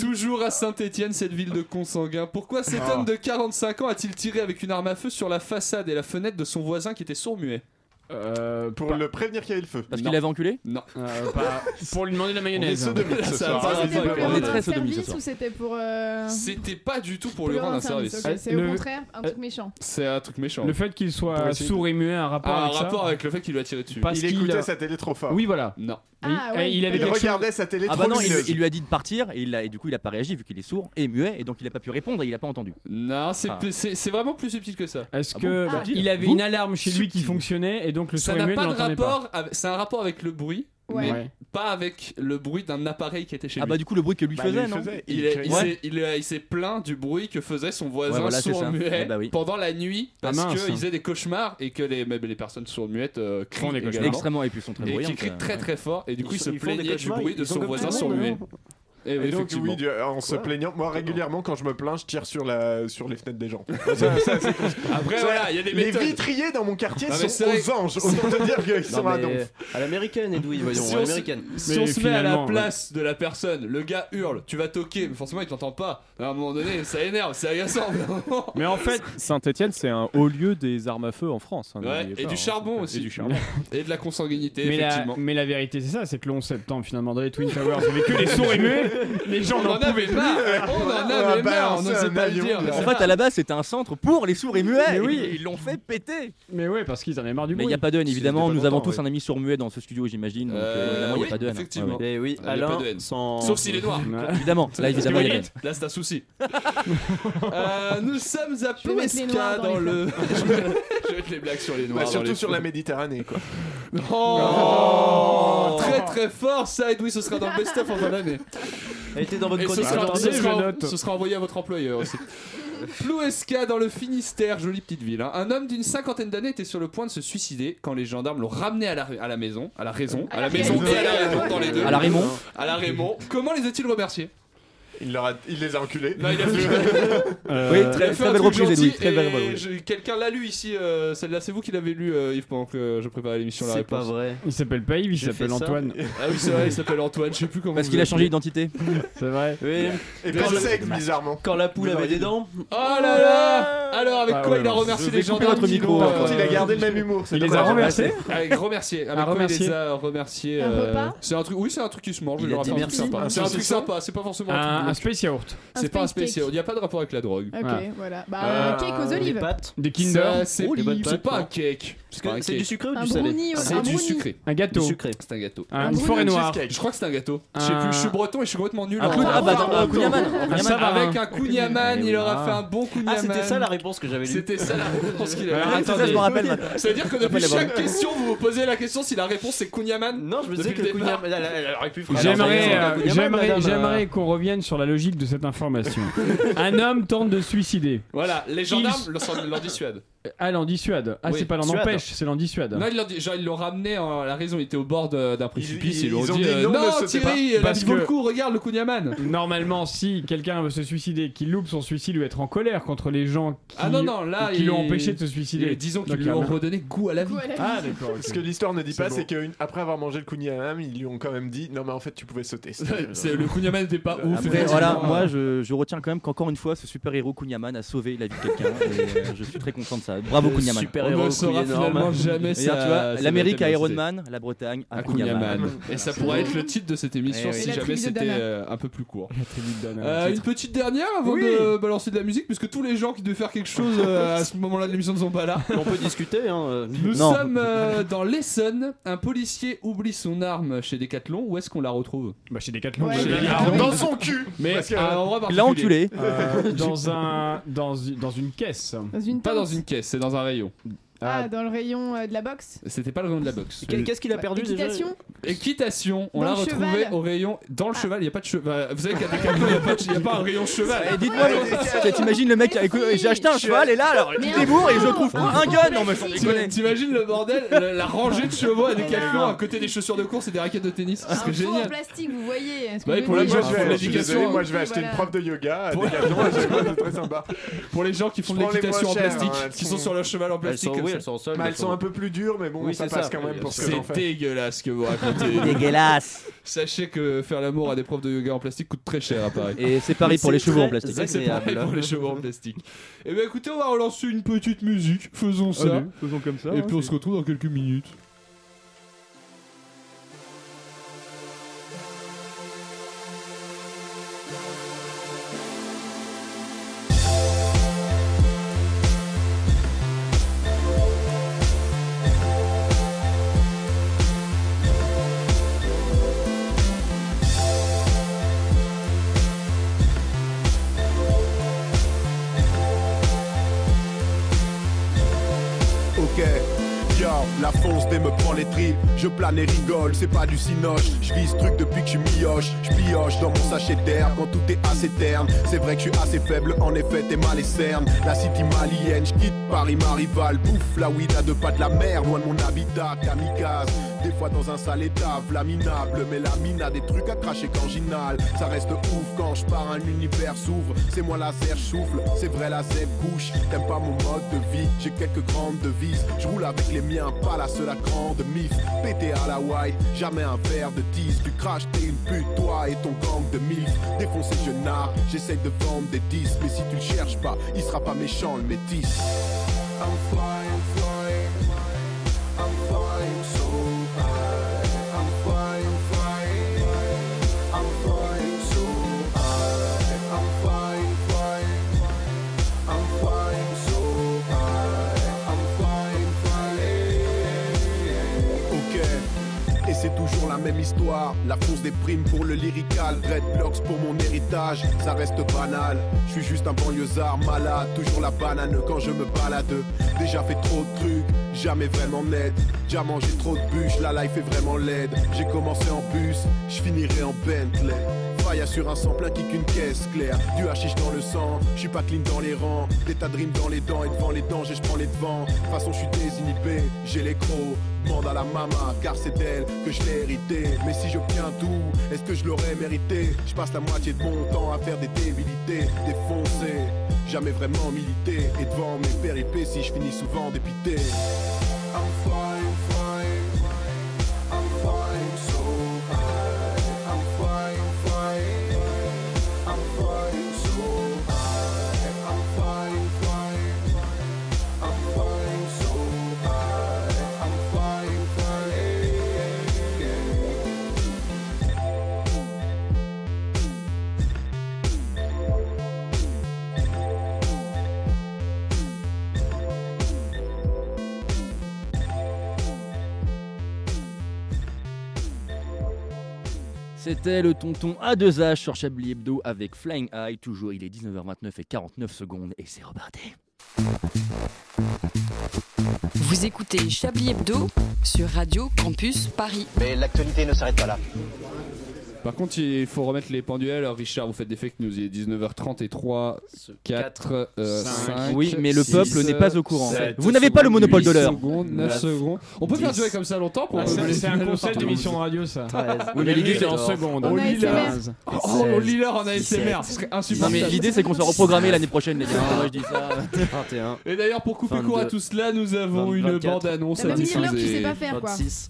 Toujours à Saint-Étienne, cette ville de consanguins. Pourquoi cet
Ah.
homme de 45 ans a-t-il tiré avec une arme à feu sur la façade et la fenêtre de son voisin qui était sourd-muet
Pour le prévenir qu'il y avait le feu.
Parce
qu'il avait enculé
Non.
Euh, pas- Pour lui demander la mayonnaise.
On est sodomites ce soir.
va
Ah,
pas
c'était
être
pour lui
bon.
rendre un
service ou c'était pour. euh,
C'était pas du tout pour
Pour
lui
lui
rendre un
rendre un
service.
service, ok. C'est au Ah, Le- contraire un truc méchant.
<laughs> C'est un truc méchant.
Le fait qu'il
Pour
soit
essayer de-
sourd et muet a un rapport
Ah, un
avec ça.
rapport avec le fait qu'il lui a tiré dessus.
Parce
Il
qu'il
écoutait
a-
sa télé trop fort.
Oui, voilà.
Non.
Ah,
il,
ouais,
il avait
il
quelque
regardait
chose-
sa télé
Ah bah non, il, il lui a dit de partir et, il a- et du coup il a pas réagi vu qu'il est sourd et muet et donc il a pas pu répondre et il a pas entendu.
Non, c'est
Ah.
c'est- c'est vraiment plus subtil que ça.
Est-ce
Ah
que
bon
bah,
Ah.
il avait
Vous
une alarme chez lui qui fonctionnait et donc le
Ça
sourd et
n'a
muet ne
pas de
l'entendait pas
rapport. avec- C'est un rapport avec le bruit.
Ouais.
Mais
Ouais.
pas avec le bruit d'un appareil qui était chez
Ah
lui.
bah, du coup, le bruit que lui Bah, faisait, lui non faisait.
Il
Il
est- il
criait.
s'est- il est- il s'est plaint du bruit que faisait son voisin
Ouais, voilà, c'est ça.
sourd
Eh
muet
bah oui.
pendant la nuit
Ah,
parce
mince.
qu'il faisait des cauchemars et que les, même les personnes sourdes muettes euh, crient
Font des cauchemars.
également.
Extrêmement, et puis sont très
Et qui
bruyantes,
crient
euh,
très
ouais.
très fort et du coup
Ils
il se
sont- ils font des
plaignait du
cauchemars,
bruit de
ils sont
son
comme
voisin
ça,
sourd
non,
muet.
non.
Eh
Et,
oui,
donc
effectivement.
oui, du- en se
Quoi
plaignant, moi régulièrement quand je me plains, je tire sur la sur les fenêtres des
<laughs>
gens. Ça, ça, c'est con-
Après
Ça,
voilà, il y a des
les
méthodes.
vitriers dans mon quartier
Non, mais c'est
sont
vrai
aux anges. Autant te dire qu'ils sont
Non,
à
mais
donf.
À l'américaine, Edoui, voyons,
si
à
on,
l'américaine.
se- si on se met à la place de la personne, le gars hurle, tu vas toquer, mais forcément il t'entend pas. À un moment donné, ça énerve, c'est
<laughs>
agaçant.
Mais en <laughs> fait, Saint-Etienne, c'est un haut lieu des armes à feu en France. hein,
Ouais,
n'oubliez
et
pas,
du
hein.
charbon aussi.
Et du charbon.
<laughs> Et de la consanguinité,
mais la,
effectivement.
mais la vérité c'est ça, c'est que le 11 septembre finalement dans les Twin Towers, il n'y avait que les sourds et
<laughs>
muets, les gens
On
n'en
en avait
pouvaient plus.
marre, on en avait
a
marre, on
balancé
n'osait
un
pas le
avion.
dire.
En fait, à la base, c'était un centre pour les sourds et muets.
Mais oui.
Et Ils l'ont fait péter.
Mais ouais, parce qu'ils en avaient marre du
Mais
bruit.
il n'y a pas de haine, évidemment. Nous avons tous
un
un ami sourd muet dans ce studio, j'imagine. Donc,
Euh,
euh, évidemment, il n'y
oui,
a pas de haine.
effectivement.
Ouais, ouais.
Eh oui,
Il
Ah,
y a
Alain,
pas de haine.
sans-
Sauf s'il est noir.
Évidemment, là, évidemment, il y a de la haine.
<laughs> Là, c'est un souci.
<laughs>
Euh, nous sommes à
vais mettre les
Pesca
noirs dans
dans
les
le.
feux.
Je vais- <laughs> je vais mettre les blagues sur les noirs.
Bah,
dans
surtout
les
sur
feux.
la Méditerranée quoi.
Oh Très très fort ça, Edoui, ce sera dans le best-of en fin d'année.
Elle était dans votre
Et ce
chronique.
sera,
Attendez,
ce,
je
sera-
note.
ce sera envoyé à votre employeur aussi. Plouesca dans le Finistère, jolie petite ville. hein. Un homme d'une cinquantaine d'années était sur le point de se suicider quand les gendarmes l'ont ramené à la, à la maison, à la raison, à la maison et à la raison dans les deux.
À la Raymond.
À la Raymond. Comment les a-t-il remerciés
Il, leur a- il les a enculés.
Non, il
<laughs>
a
Euh,
Il a
Oui, très-
fait
très
un
belle
truc
reprise,
gentil
Edoui, très belle
et
reprise.
je- Quelqu'un l'a lu ici, euh, celle-là, c'est vous qui l'avez lu, euh, Yves, pendant que euh, je préparais l'émission. la
C'est pas
réponse.
vrai.
Il s'appelle pas Yves, il
J'ai
s'appelle
fait ça.
Antoine.
Ah oui, c'est vrai, il s'appelle Antoine, je sais plus comment.
Parce
vous
qu'il a
l'appelez.
changé d'identité.
<laughs> C'est vrai.
Oui.
Et
Quand
pas
le-
sec bizarrement.
Quand la poule avait des dents.
Oh là là Alors, avec
Ah
quoi
ouais,
il a
non, je
remercié
vais
les
couper
gendarmes
votre micro,
Guido,
Antoine.
euh, Ah,
Il a gardé le même
humour.
c'est Il les a dommage. remerciés
Avec remerciés. Avec
Ah,
quoi il
remerciés.
les a remerciés
Un
euh,
repas
C'est un truc, oui, c'est un truc qui se mange.
Il
leur
a dit
fait un truc
merci.
sympa.
Un
C'est un truc
saucisson
sympa, c'est pas forcément
Un-
truc
un
glauque.
space yaourt.
C'est
Un
pas un
space
space
cake.
yaourt, il n'y a pas de rapport avec la drogue. Euh,
Ok, Voilà.
voilà. Bah, un cake aux olives. Des pâtes.
Des Kinder.
Ça, C'est
Des bonnes
c'est
pâtes,
pas un
non.
cake.
Parce que c'est du sucré
ou
Un du salé brownie, un
C'est du
brownie.
sucré.
Un gâteau.
Du sucré. C'est un gâteau.
Un Une forêt brownie. noire.
Je crois que c'est un gâteau. Je sais
Un-
plus, je suis breton et je suis complètement nul.
Un
en-
coup- ah bah,
en-
attends, un kouign-aman.
en-
Un savarin.
Avec un Kounyaman, il aura fait un bon
Ah,
Kounyaman.
c'était ça la réponse que j'avais lue.
C'était ça la réponse qu'il avait.
Alors, Oui, c'est ça, je
<laughs>
me rappelle maintenant.
C'est-à-dire que
Je me
depuis
rappelle la
chaque
bonne.
question, vous vous posez la question si la réponse c'est Kounyaman.
Non, je me disais que Kounyaman- elle- elle- elle aurait pu faire-
J'aimerais,
Alors,
euh,
Kounyaman,
j'aimerais,
madame, euh,
j'aimerais qu'on revienne sur la logique de cette information. un homme tente de se suicider.
Voilà, les gendarmes le- s'en- l'en dissuadent.
Ah, l'en dissuade. Ah,
Oui,
c'est pas l'en
dissuade.
empêche, c'est l'en dissuade.
Non, ils l'ont dit- genre, ils l'ont ramené en- à la raison, il était au bord de- d'un précipice,
ils-
ils, lui
ils
ont
ont
dit,
dit
euh,
non,
non,
ne sautez pas.
Thierry, là,
Parce
tu vaut le
que-
coup, regarde le Kunyaman.
Normalement, si quelqu'un veut se suicider, qu'il loupe son suicide ou être en colère contre les gens qui,
Ah non, non, là,
qui l'ont
il-
empêché de se suicider.
il- disons qu'ils
Donc,
lui ont
euh,
redonné goût à la vie.
Goût à la vie. Ah, d'accord, ok.
Ce que l'histoire ne dit
C'est
pas,
bon.
c'est qu'après avoir mangé le kouign-amann, ils lui ont quand même dit non mais en fait tu pouvais <laughs> sauter.
C'est- le kouign-amann n'était pas ouf.
Après, voilà, moi je, je retiens quand même qu'encore une fois, ce super héros Kunyaman a sauvé la vie de quelqu'un. Hein, et, euh, je suis très content de ça. euh, bravo
Le
Kunyaman.
super-héros On ne saura Kunyaman. finalement jamais
Je veux dire,
sa-
tu vois,
sa
L'Amérique à Iron
nationalité.
Man, la Bretagne à,
À Kunyaman.
Kunyaman.
Et ça pourrait être le titre de cette émission
Eh oui.
si jamais c'était euh, un peu plus court. Euh,
titre.
une petite dernière avant
Oui.
de balancer de la musique, puisque tous les gens qui devaient faire quelque chose euh, à ce moment-là de l'émission ne sont pas
<laughs>
là.
On peut discuter. Hein. euh.
Nous
Non.
sommes euh, dans l'Essonne. Un policier oublie son arme chez Decathlon. Où est-ce qu'on la retrouve Bah chez Decathlon.
Ouais. Decathlon. Dans son
cul.
Mais
Parce que-
à euh, un endroit
Il l'a
particulier.
enculé. Euh, dans un- dans une- dans une caisse. Dans
une
Pas
tente.
dans une caisse, c'est dans un rayon.
Ah, dans le rayon euh, de la boxe
C'était pas le rayon de la boxe.
Et qu'est-ce qu'il a Bah, perdu déjà équitation
Équitation. On
Dans
l'a
le
retrouvé
cheval.
au rayon. Dans le cheval, il n'y a pas de cheval. Bah, Vous savez qu'à Decathlon, il n'y a, pas de- il y a pas un rayon cheval.
Et Eh, dites-moi,
<laughs>
le- t'imagines le mec qui a écoute, j'ai acheté un cheval et là alors
Mais
il débourre et je
enfin,
trouve
enfin,
un gun. Non mais sans
T'im-
déconner.
T'imagines le bordel, la, la rangée de chevaux à
Mais
Decathlon
non.
à côté des chaussures de course et des raquettes de tennis. Ah, Ce serait
Un fond en
génial.
plastique, vous voyez. est-ce que
Bah oui,
vous
pour la
voyez
boxe,
Ah,
je
pour
vais, je suis
l'éducation.
désolé, moi je vais acheter
Voilà.
une prof de yoga à
Pour- <laughs>
Decathlon, je crois que c'est très sympa.
Pour les gens qui font de
Je prends les
l'équitation en
moins chères, hein,
plastique,
elles
qui
sont-
sont sur leur cheval en
Elles
plastique.
sont-
comme
oui,
ça.
elles sont seules, Bah, elles elles sont sont- un peu plus dures, mais bon, ça passe quand même pour ce que j'en
C'est
fais.
dégueulasse ce que vous racontez.
<laughs> Dégueulasse.
Sachez que faire l'amour à des profs de yoga en plastique coûte très cher à Paris.
Et c'est pareil pour les chevaux en plastique.
C'est pareil pour les chevaux en plastique. Eh bien écoutez, on va relancer une petite musique. Faisons ça.
Allez, faisons comme ça,
Et
hein,
puis on
c'est-
se retrouve dans quelques minutes.
Ok, yo, la fonce dès me prend les tripes. Je plane et rigole, c'est pas du cinoche. Je vis ce truc depuis que je mioche. Je pioche dans mon sachet d'air quand tout est assez terne. C'est vrai que je suis assez faible, en effet, t'es mal et cerne. La city malienne, je quitte Paris, ma rivale. Bouffe la weed à deux pas de la mer, loin de mon habitat, kamikaze. Des fois dans un sale état, flaminable. Mais la mine a des trucs à cracher quand j'inhale. Ça reste ouf quand je pars, un univers s'ouvre. C'est moi la serre souffle, c'est vrai la sève couche. T'aimes pas mon mode de vie, j'ai quelques grandes devises. Je roule avec les miens, pas la seule à grande mif. Pété à la white, jamais un verre de tease. Tu craches, t'es une pute, toi et ton gang de mif. Défoncé, je narre, j'essaye de vendre des 10. Mais si tu le cherches pas, il sera pas méchant le métis. I'm flying, flying, I'm flying so high. I'm flying, flying, I'm flying so high. I'm flying, flying, I'm flying so high. I'm flying, flying. Okay. Et c'est toujours la même histoire. La fonce des primes pour le lyrical. Dreadlocks pour mon héritage. Ça reste banal. Je suis juste un banlieusard malade. Toujours la banane quand je me balade. Déjà fait trop de trucs. Jamais vraiment net. Déjà mangé trop de bûches. La life est vraiment laide. J'ai commencé en bus. Je finirai en Bentley. Faille sur un sang plein qui qu'une caisse claire Du hashish dans le sang, je suis pas clean dans les rangs Des tas de rimes dans les dents et devant les dangers je prends les devants De toute façon je suis désinhibé, j'ai les crocs Demande à la maman car c'est d'elle que je l'ai hérité Mais si j'obtiens tout, est-ce que je l'aurais mérité Je passe la moitié de mon temps à faire des débilités Défoncé, jamais vraiment milité Et devant mes péripéties je finis souvent dépité I'm flying, flying, I'm flying so high. I'm flying, flying, I'm flying so high. I'm flying, flying, I'm flying so high. I'm flying, flying.
C'était le tonton A2H sur Chablis Hebdo avec Flying High. Toujours, il est 19h29 et 49 secondes et c'est reparti.
Vous écoutez Chablis Hebdo sur Radio Campus Paris.
Mais l'actualité ne s'arrête pas là.
Par contre, il faut remettre les penduels. Alors, Richard, vous faites des fake news. Il est 19h33, 3, 4, 5,
euh,
cinq, Oui, mais le peuple n'est pas au courant. Vous n'avez pas le monopole de l'heure. Neuf,
9 secondes. On peut faire
dix.
durer comme ça longtemps pour
Ah, c'est-
me laisser
c'est un
une heure
concept
partout.
d'émission de radio, ça. Treize.
Oui, mais les
La
gars,
musique est en secondes.
On
En
lit l'heure.
ASMR.
Oh, on lit l'heure en ASMR. Ce serait
Non,
insupportable. Ah.
mais l'idée c'est qu'on soit reprogrammé l'année prochaine, les gars. Moi je dis ça.
21.
Et d'ailleurs, pour couper
22,
court à tout cela, nous avons une
24.
bande annonce
T'as
à <laughs>
même mis l'heure, tu
diffuser.
sais pas
faire, quoi. 26.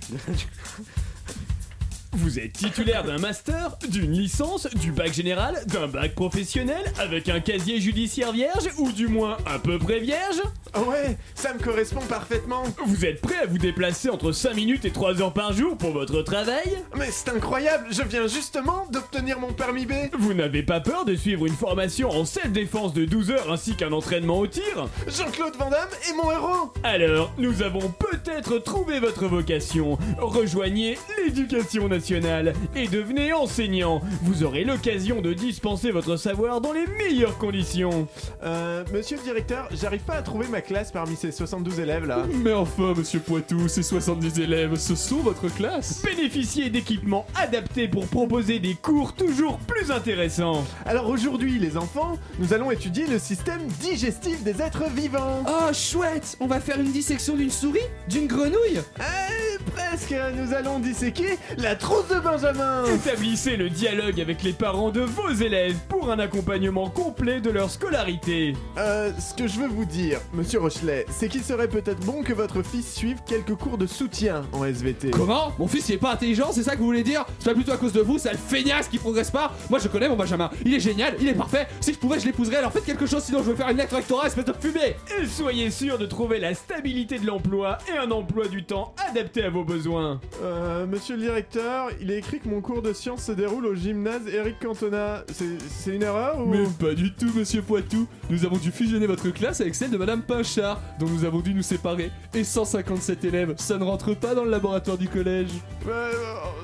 Vous êtes titulaire d'un master, d'une licence, du bac général, d'un bac professionnel, avec un casier judiciaire vierge, ou du moins à peu près vierge
Ah Ouais, ça me correspond parfaitement.
Vous êtes prêt à vous déplacer entre 5 minutes et 3 heures par jour pour votre travail
Mais c'est incroyable, je viens justement d'obtenir mon permis B.
Vous n'avez pas peur de suivre une formation en self-défense de 12 heures ainsi qu'un entraînement au tir
Jean-Claude Van Damme est mon héros
Alors, nous avons peut-être trouvé votre vocation. Rejoignez l'éducation nationale et devenez enseignant. Vous aurez l'occasion de dispenser votre savoir dans les meilleures conditions.
Euh, monsieur le directeur, j'arrive pas à trouver ma classe parmi ces 72 élèves là.
Mais enfin, monsieur Poitou, ces 70 élèves, ce sont votre classe
Bénéficiez d'équipements adaptés pour proposer des cours toujours plus intéressants.
Alors aujourd'hui, les enfants, nous allons étudier le système digestif des êtres vivants.
Oh, chouette On va faire une dissection d'une souris D'une grenouille
Eh, presque Nous allons disséquer la trousse de Benjamin
Établissez le dialogue avec les parents de vos élèves pour un accompagnement complet de leur scolarité.
Euh, ce que je veux vous dire, monsieur Rochelet, c'est qu'il serait peut-être bon que votre fils suive quelques cours de soutien en SVT.
Comment Mon fils il est pas intelligent, c'est ça que vous voulez dire C'est pas plutôt à cause de vous, sale feignasse qui progresse pas Moi je connais mon Benjamin, il est génial, il est parfait, si je pouvais je l'épouserais, alors faites quelque chose sinon je vais faire une lettre rectorale, espèce de fumée
Et soyez sûr de trouver la stabilité de l'emploi et un emploi du temps adapté à vos besoins.
Euh, monsieur le directeur, il est écrit que mon cours de sciences se déroule au gymnase Eric Cantona. C'est- C'est une erreur ou
Mais pas du tout, monsieur Poitou. Nous avons dû fusionner votre classe avec celle de madame Pinchard, dont nous avons dû nous séparer. Et 157 élèves, ça ne rentre pas dans le laboratoire du collège.
Euh,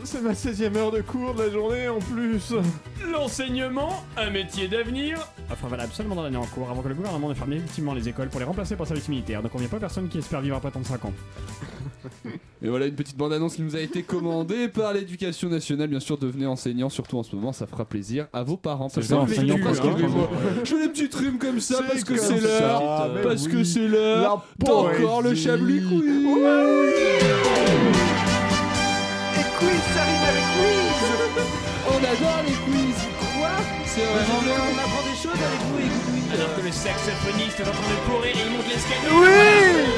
C'est ma 16ème heure de cours de la journée en plus.
L'enseignement, un métier d'avenir.
Enfin, valable seulement dans l'année en cours avant que le gouvernement ne ferme définitivement les écoles pour les remplacer par service militaire. Donc on n'y a pas personne qui espère vivre après 35 ans.
Et voilà une petite bande-annonce qui nous a été commandée <laughs> par l'éducation nationale. Bien sûr, devenez enseignant, surtout en ce moment, ça fera plaisir à vos parents.
C'est
Parce que-
ça, enseignant,
parce que-
parce que-
<laughs> excusez-moi, Je fais des petites rimes comme ça
C'est
parce que
comme
c'est
ça,
Ah,
l'heure.
mais
Parce que
oui.
c'est l'heure.
La
Encore le
poésie.
chablis quiz.
Et quiz, ça rime avec quiz
On adore les quiz
Quoi
C'est
vraiment bien.
On apprend des choses avec vous, écoute.
Alors que le saxophoniste est en train de courir et il monte l'escalier.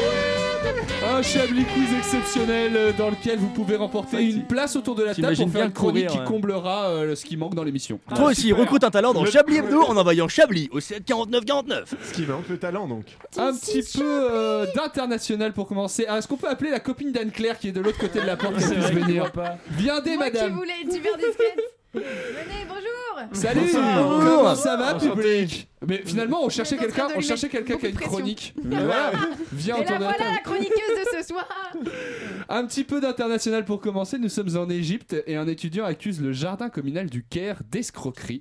Un Chablis Quiz exceptionnel euh, dans lequel vous pouvez remporter une place autour de la table
t'imagines
pour faire
bien
une chronique
courir,
qui
ouais. Ah,
comblera euh, ce qui manque dans l'émission.
Toi aussi, recrute un talent dans
Le-
Chablis Hebdo en envoyant Chablis au 7 49 49.
Ce qui manque le talent donc.
Un petit peu euh, d'international pour commencer. Ah, Est-ce qu'on peut appeler la copine d'Anne-Claire qui est de l'autre côté de la porte qu'elle
C'est
puisse
vrai qu'on
venir
voit pas.
Viens dès,
Moi
<laughs>
qui
madame
voulais être super discrète. <laughs> Venez, bonjour.
Salut
Bonsoir.
Comment ça va,
Enchanté.
public Mais finalement, on cherchait
On est
quelqu'un
en train de
on
lui
cherchait
mettre
quelqu'un qui a une
beaucoup de <laughs>
chronique.
pression.
Voilà. Viens,
Et
autour
là,
de la
voilà
table.
la chroniqueuse de ce soir.
Un petit peu d'international pour commencer. Nous sommes en Égypte et un étudiant accuse le jardin communal du Caire d'escroquerie.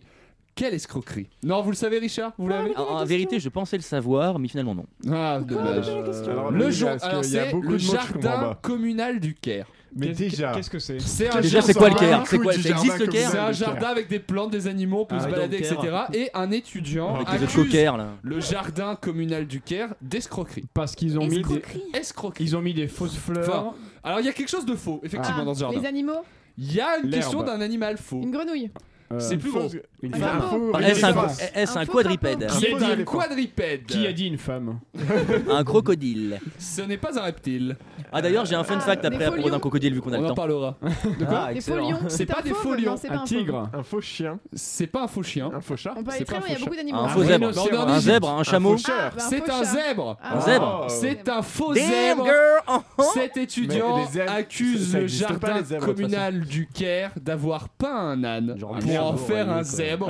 Quelle escroquerie Non, vous le savez, Richard Vous l'avez
Ah, En, en vérité, je pensais le savoir, mais finalement non.
Ah, dommage.
Euh, alors,
le
mais
jour-
parce qu'il
alors,
y a
c'est
beaucoup
le
de mots que je comprends
jardin
pas.
communal du Caire.
Mais déjà.
Qu'est-ce que c'est
C'est un
Déjà,
jardin-
c'est quoi le Caire
un
C'est quoi
clou
Ça
du
existe
jardin
le Caire
C'est un jardin avec des plantes, des animaux, on peut
Ah
se
oui,
balader,
dans le
etc.
Caire.
Et un étudiant
Avec les
accuse
autres coquères, là.
le jardin communal du Caire d'escroquerie.
Parce qu'ils ont mis des.
Escroquerie.
Ils ont mis des fausses fleurs.
Enfin, alors il y a quelque chose de faux, effectivement,
Ah,
dans ce jardin.
Les animaux
Il y a une
L'herbe. Euh,
question d'un animal faux.
Une grenouille.
C'est plus gros.
Une
Un
femme.
faux.
Enfin, Est-ce un, est-ce un quadrupède
Qui a dit
un quadrupède
Qui a dit une femme
<laughs> Un crocodile.
Ce n'est pas un reptile.
Ah d'ailleurs, j'ai un fun fact après à propos d'un crocodile vu qu'on a le
On
temps. <laughs>
en
Ah,
parlera.
De
quoi
Euh, Des faux lions.
C'est pas
un
des
fauve
faux
Non,
lions.
c'est pas un fauve.
Un faux chien.
C'est pas un faux chien.
Un faux chat.
On peut aller
C'est
très
pas
loin, il y a
faux
beaucoup
chat.
d'animaux.
Un faux zèbre.
rhinocéros.
Un zèbre, un chameau.
faucheur.
bah, un
C'est
faux
un
chat.
zèbre.
Ah.
Un zèbre.
C'est un faux
Damn
zèbre.
girl, oh.
Cet étudiant
Mais les zèbres, ça-
accuse
ça
le
existe pas,
jardin
les zèbres, de toute
communal du Caire d'avoir peint un âne pour
un
en
chameau,
faire
ouais,
un
quoi.
zèbre.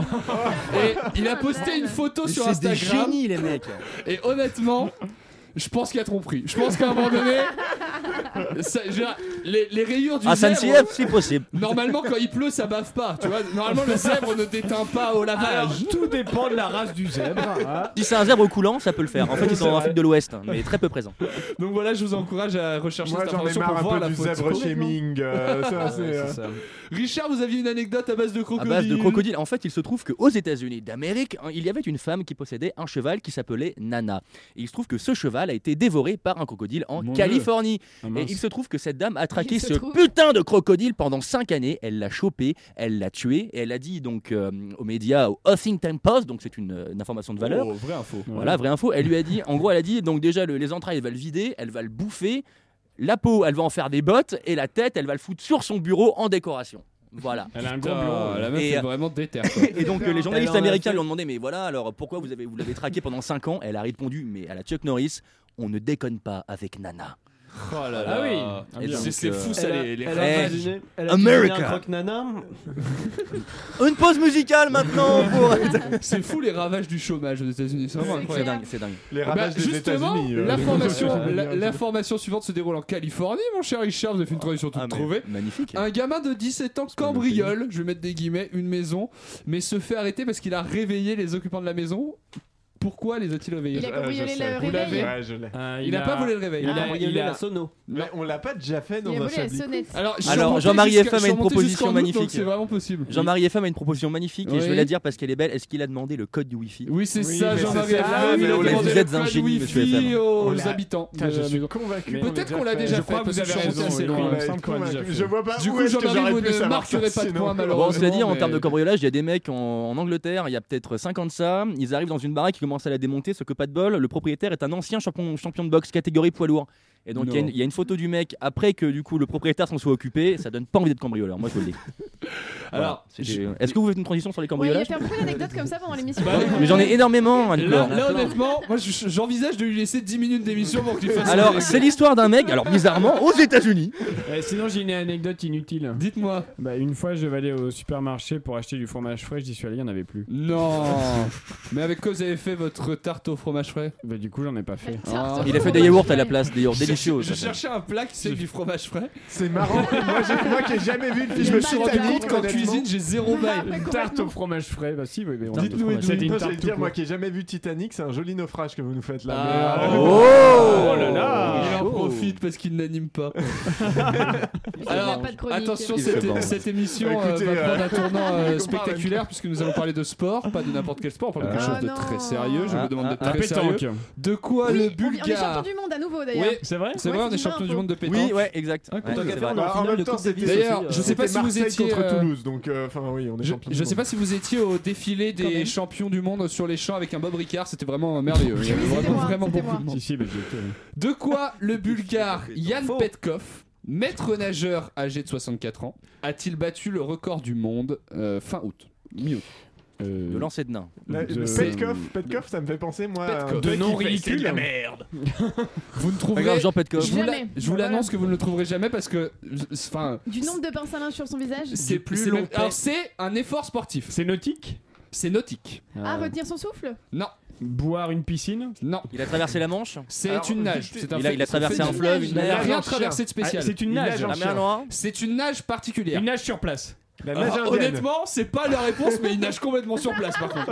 Et il a posté une photo sur
C'est des
Instagram.
génies les mecs.
<laughs> Et honnêtement, je pense qu'il y a tromperie. Je pense qu'à un moment donné, ça- je veux dire, les, les rayures du
Ah ça ne
zèbre-
s'y est, si possible.
Normalement, quand il pleut, ça bave pas. Tu vois, normalement, le zèbre ne déteint pas au lavage.
Alors, tout dépend de la race du zèbre.
<laughs>
hein.
<laughs> Si c'est un zèbre coulant, ça peut le faire. En fait, ils sont en Afrique de l'Ouest, hein, mais très peu présents.
Donc voilà, je vous encourage à rechercher
Moi
cette
j'en ai
information pour
marre
voir
un peu
la
du
photo.
zèbre shaming. euh, ça, c'est, euh,
Richard, vous aviez une anecdote à base de
À
crocodile.
base de crocodile. En fait, il se trouve qu'aux États-Unis d'Amérique, hein, il y avait une femme qui possédait un cheval qui s'appelait Nana. Et il se trouve que ce cheval a été dévoré par un crocodile en
Mon
Californie.
Ah,
et
mince.
il se trouve que cette dame a traqué
Il se
ce
trouve.
putain de crocodile pendant 5 années. Elle l'a chopé, elle l'a tué, et elle a dit donc euh, aux médias, au Huffington Post, donc c'est une, euh, une information de valeur.
Oh, vraie info.
Voilà, vraie info. Elle lui a dit, en gros, elle a dit donc déjà le- les entrailles, elle va le vider, elle va le bouffer. La peau, elle va en faire des bottes et la tête, elle va le foutre sur son bureau en décoration. Voilà.
<laughs> Elle a un gros blond. La meuf
Et,
est
euh,
vraiment déter.
Et donc euh, les
Elle
journalistes
en a
américains
fait-
lui ont demandé mais voilà alors pourquoi vous avez vous l'avez traqué pendant 5 ans Elle a répondu mais à la Chuck Norris on ne déconne pas avec Nana.
Oh là
Ah oui.
Et donc,
C'est c'est
euh,
fou ça,
elle a-
les, les
elle a
ravages.
imaginé- elle a imaginé un
America.
<laughs>
croque-nana.
Une pause musicale maintenant pour.
c'est fou les ravages du chômage aux États-Unis, c'est vraiment incroyable.
dingue, c'est dingue.
Les
Bah,
ravages des
justement,
États-Unis, euh.
l'information- la- L'information suivante se déroule en Californie, mon cher Richard. Vous avez fait une transition toute trouvée.
Ah, Magnifique.
Un gamin de 17 ans cambriole, je vais mettre des guillemets, une maison, mais se fait arrêter parce qu'il a réveillé les occupants de la maison. Pourquoi les a-t-il réveillés
Euh, ah,
Il a cambriolé le
Vous l'avez
réveil.
Ouais, je l'ai.
il n'a pas volé le réveil.
Il a
Ah,
cambriolé
il a-
la sono.
Mais on l'a pas déjà fait dans
Il a
un
volé la
Chablis
sonnette.
Quiz.
Alors, je suis
Alors
remonté
Jean-Marie
jusqu'à-
FM a
je suis
une
remonté
proposition
jusqu'en août, donc
magnifique.
C'est
<laughs>
vraiment possible.
Jean-Marie FM a une proposition magnifique et je vais
Oui.
la dire parce qu'elle est belle. Est-ce qu'il a demandé le code du Wi-Fi
Oui, c'est ça,
mais
Jean-Marie
c'est
FM.
ça. Ah oui,
il a
mais on est-
demandé
vous
le
êtes un
code
génie, monsieur
Wi-Fi
FM.
On
aux
l'a-
habitants.
Putain,
de
je
la
suis
maison.
convaincu.
Peut-être
qu'on l'a
qu'on l'a déjà fait,
Je crois que
parce
vous avez
que je suis
raison,
remonté assez
oui, on
loin.
l'a-
Il me semble qu'on l'a
convaincu.
déjà fait.
Je vois pas
Du
où
coup,
est-ce que
Jean-Marie,
j'aurais
vous
pu
ne
savoir
marquerez
ça,
pas de
sinon.
points,
Bon,
malheureusement.
cela dit, en
mais-
termes de cambriolage, il y a des mecs en, en Angleterre, il y a peut-être 50 de ça. Ils arrivent dans une baraque, ils commencent à la démonter, ce que pas de bol. Le propriétaire est un ancien champion, champion de boxe catégorie poids lourd. Et donc, il y, a
Non.
une- il y a une photo du mec après que du coup le propriétaire s'en soit occupé. Ça donne pas envie d'être cambrioleur, moi je vous
<laughs>
le dis. Voilà,
Alors,
c'était- est-ce que vous faites une transition sur les
Ouais, il a
cambriolages
fait beaucoup d'anecdotes comme ça
<laughs>
pendant l'émission.
Bah
Mais j'en ai énormément,
Là,
Anne-Claude.
là, honnêtement, moi je- j'envisage de lui laisser 10 minutes d'émission pour qu'il fasse.
Alors, c'est l'histoire d'un mec, alors bizarrement, aux États-Unis.
Euh, sinon, j'ai une anecdote inutile.
Dites-moi.
Bah, une fois, je vais aller au supermarché pour acheter du fromage frais. J'y suis allé, il n'y en avait plus.
<laughs>
Non Mais avec quoi vous avez fait votre tarte au fromage frais
Bah, du coup, j'en ai pas fait.
Ah.
Il a fait des yaourts à la place, des yaourts délicieux.
Je
ça fait.
cherchais un plat qui c'est du fromage frais.
C'est marrant. moi, j'ai- moi qui ai jamais vu le film.
Et je me suis rendu
Titanic,
compte qu'en
honnêtement.
cuisine, j'ai zéro bail.
Tarte au fromage frais, bah si, oui, mais on
Dites-nous, et
C'était une
moi, j'allais
tarte tout
dire,
court.
moi qui ai jamais vu Titanic, c'est un joli naufrage que vous nous faites là.
Ah.
Mais, euh,
Oh là là
Il en profite parce qu'il n'anime
<laughs>
pas.
<laughs>
Alors,
pas de chronique.
attention,
Il
cette,
fait bon.
cette émission euh,
Écoutez,
va prendre
euh,
un tournant euh,
on
spectaculaire puisque nous allons parler de sport, pas de n'importe quel sport, on parle de quelque
Ah
chose de
non.
très sérieux. Je
Ah,
vous demande d'être
La
très
pétanque.
sérieux. De quoi
Oui,
le
on- On est champion
bulgare
du monde à nouveau d'ailleurs.
Oui,
C'est vrai
c'est
Ouais,
vrai,
c'est
on est
une
champion du
info.
monde de pétanque.
Oui, ouais, exact.
Ah,
Ouais,
tant qu'à
c'est
faire,
vrai.
on a-
bah, en
Final
même
de
temps,
Coupe
c'était
Davis
D'ailleurs, je sais pas
c'était
si vous
Marseille
étiez.
contre
euh,
Toulouse, donc euh, enfin oui, on est
Je,
champion
je sais pas si vous étiez au défilé des champions du monde sur les champs avec un Bob Ricard, c'était vraiment merveilleux. Il y avait
Oui, c'était
vraiment,
moi,
vraiment
c'était
beaucoup
moi.
de monde.
Si, si, bah, j'y étais, oui.
De
<laughs>
quoi le Bulgare Yann Petkov, maître nageur âgé de 64 ans, a-t-il battu le record du monde euh, fin août Mi-août. Euh,
Le lancer de nain.
Là,
De-
Petkov, Petkov, ça me fait penser moi. à un
Petkov.
truc
De
qui
non
fait-
ridicule.
c'est de la merde.
Vous ne trouverez
Regarde Jean
Je
Petkov.
vous la-
Jamais.
je vous l'annonce que vous ne le trouverez jamais parce que. Enfin.
Du nombre de pinces à linge sur son visage
C'est
plus
c'est
long
même-
que-
Alors, c'est un effort sportif.
C'est nautique
C'est nautique.
Ah, retenir son souffle
Non,
Boire une piscine
non.
Il a traversé la Manche
C'est
Alors,
une nage.
il-
C'est un
il a-
fait-
il a
c'est
traversé
fait-
un fleuve, une
Il n'a
mer.
rien
en chien.
traversé de
Ah,
spécial.
C'est une
Il
nage.
nage en
La mer
chien.
noire
C'est une nage particulière.
Une nage sur place.
La
Alors,
nage indienne.
honnêtement, c'est pas la réponse, mais il nage complètement sur place par contre.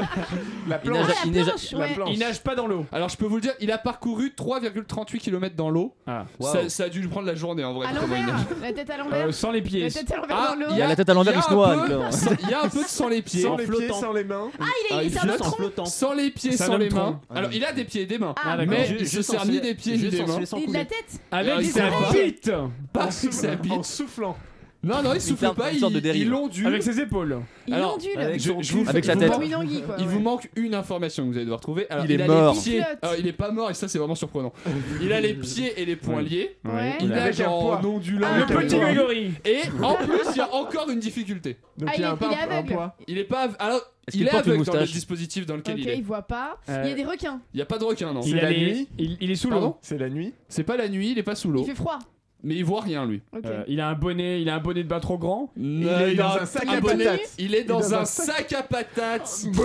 La
Il
planche.
nage, il nage-
planche,
La
ouais.
planche.
Il nage pas dans l'eau.
Alors je peux vous le dire, il a parcouru 3,38 km dans l'eau.
Ah.
Ça, ça a dû lui prendre la journée en vrai.
À
comment il nage.
l'envers La tête à l'envers
Euh, sans les pieds.
La tête à l'envers
Ah,
dans l'eau
il
Il a la tête à
Il y
l'envers,
a
il se
un
noie.
peu-
donc, euh,
sans- Il y a un peu de sans les pieds.
Sans
en
les pieds,
flottant.
sans les mains.
Ah,
il est
il
sur le
flotte.
tronc.
flottant.
Sans les
Ah,
pieds,
C'est un
sans
homme
les mains.
Ah,
tronc.
Alors il a des pieds et des mains.
Ah,
d'accord.
mais
Ju-
il se
juste en
sert ni
suivant-
des pieds ni
juste
des
en
mains.
suivant
Et de
couler.
la tête
Ah,
Avec
il
sa
s'arrête.
bite
Pas
En
avec sa
soufflant.
bite.
En soufflant.
Non, non, il souffle
ferme
pas,
une sorte de
il il
dérive.
ondule.
Avec ses épaules.
Il
Alors,
ondule
Je-
son
je vous-
cul.
Avec
je
sa
vous
tête.
manque-
Comme une anguille quoi
Il
ouais.
vous manque une information que vous allez devoir trouver. Alors,
Il est
a
mort.
Les
Il
pieds...
flotte.
Alors, il est pas mort et ça c'est vraiment surprenant. Il a
<laughs>
les pieds et les poings
Ouais.
liés.
Ouais.
Il
Avec
nage
un poids.
en ondulant.
Ah,
Le petit
d'accord.
Grégory.
Et en plus, il y a encore une difficulté.
Donc
Ah,
il
il
y
est-
a un,
il est
un- un
aveugle.
poids.
Il est pas av- alors
Est-ce
il
qu'il
est
porte une
aveucle dans le
moustache
dispositif dans lequel
Ok,
il est.
il voit pas.
Euh,
Il y a des requins.
Il y a pas de requin non.
C'est
Il, a
la
les-
nuit
il, il est sous
Pardon
l'eau.
C'est la nuit.
C'est pas la nuit, il est pas sous
Il
l'eau,
fait froid.
mais il voit rien lui. Euh,
Ok.
Euh, il a un bonnet, il a un bonnet de bas trop grand.
Il
est dans un sac à
bonnet.
patates.
Il est dans
dans
un
un
sac à patates.
mais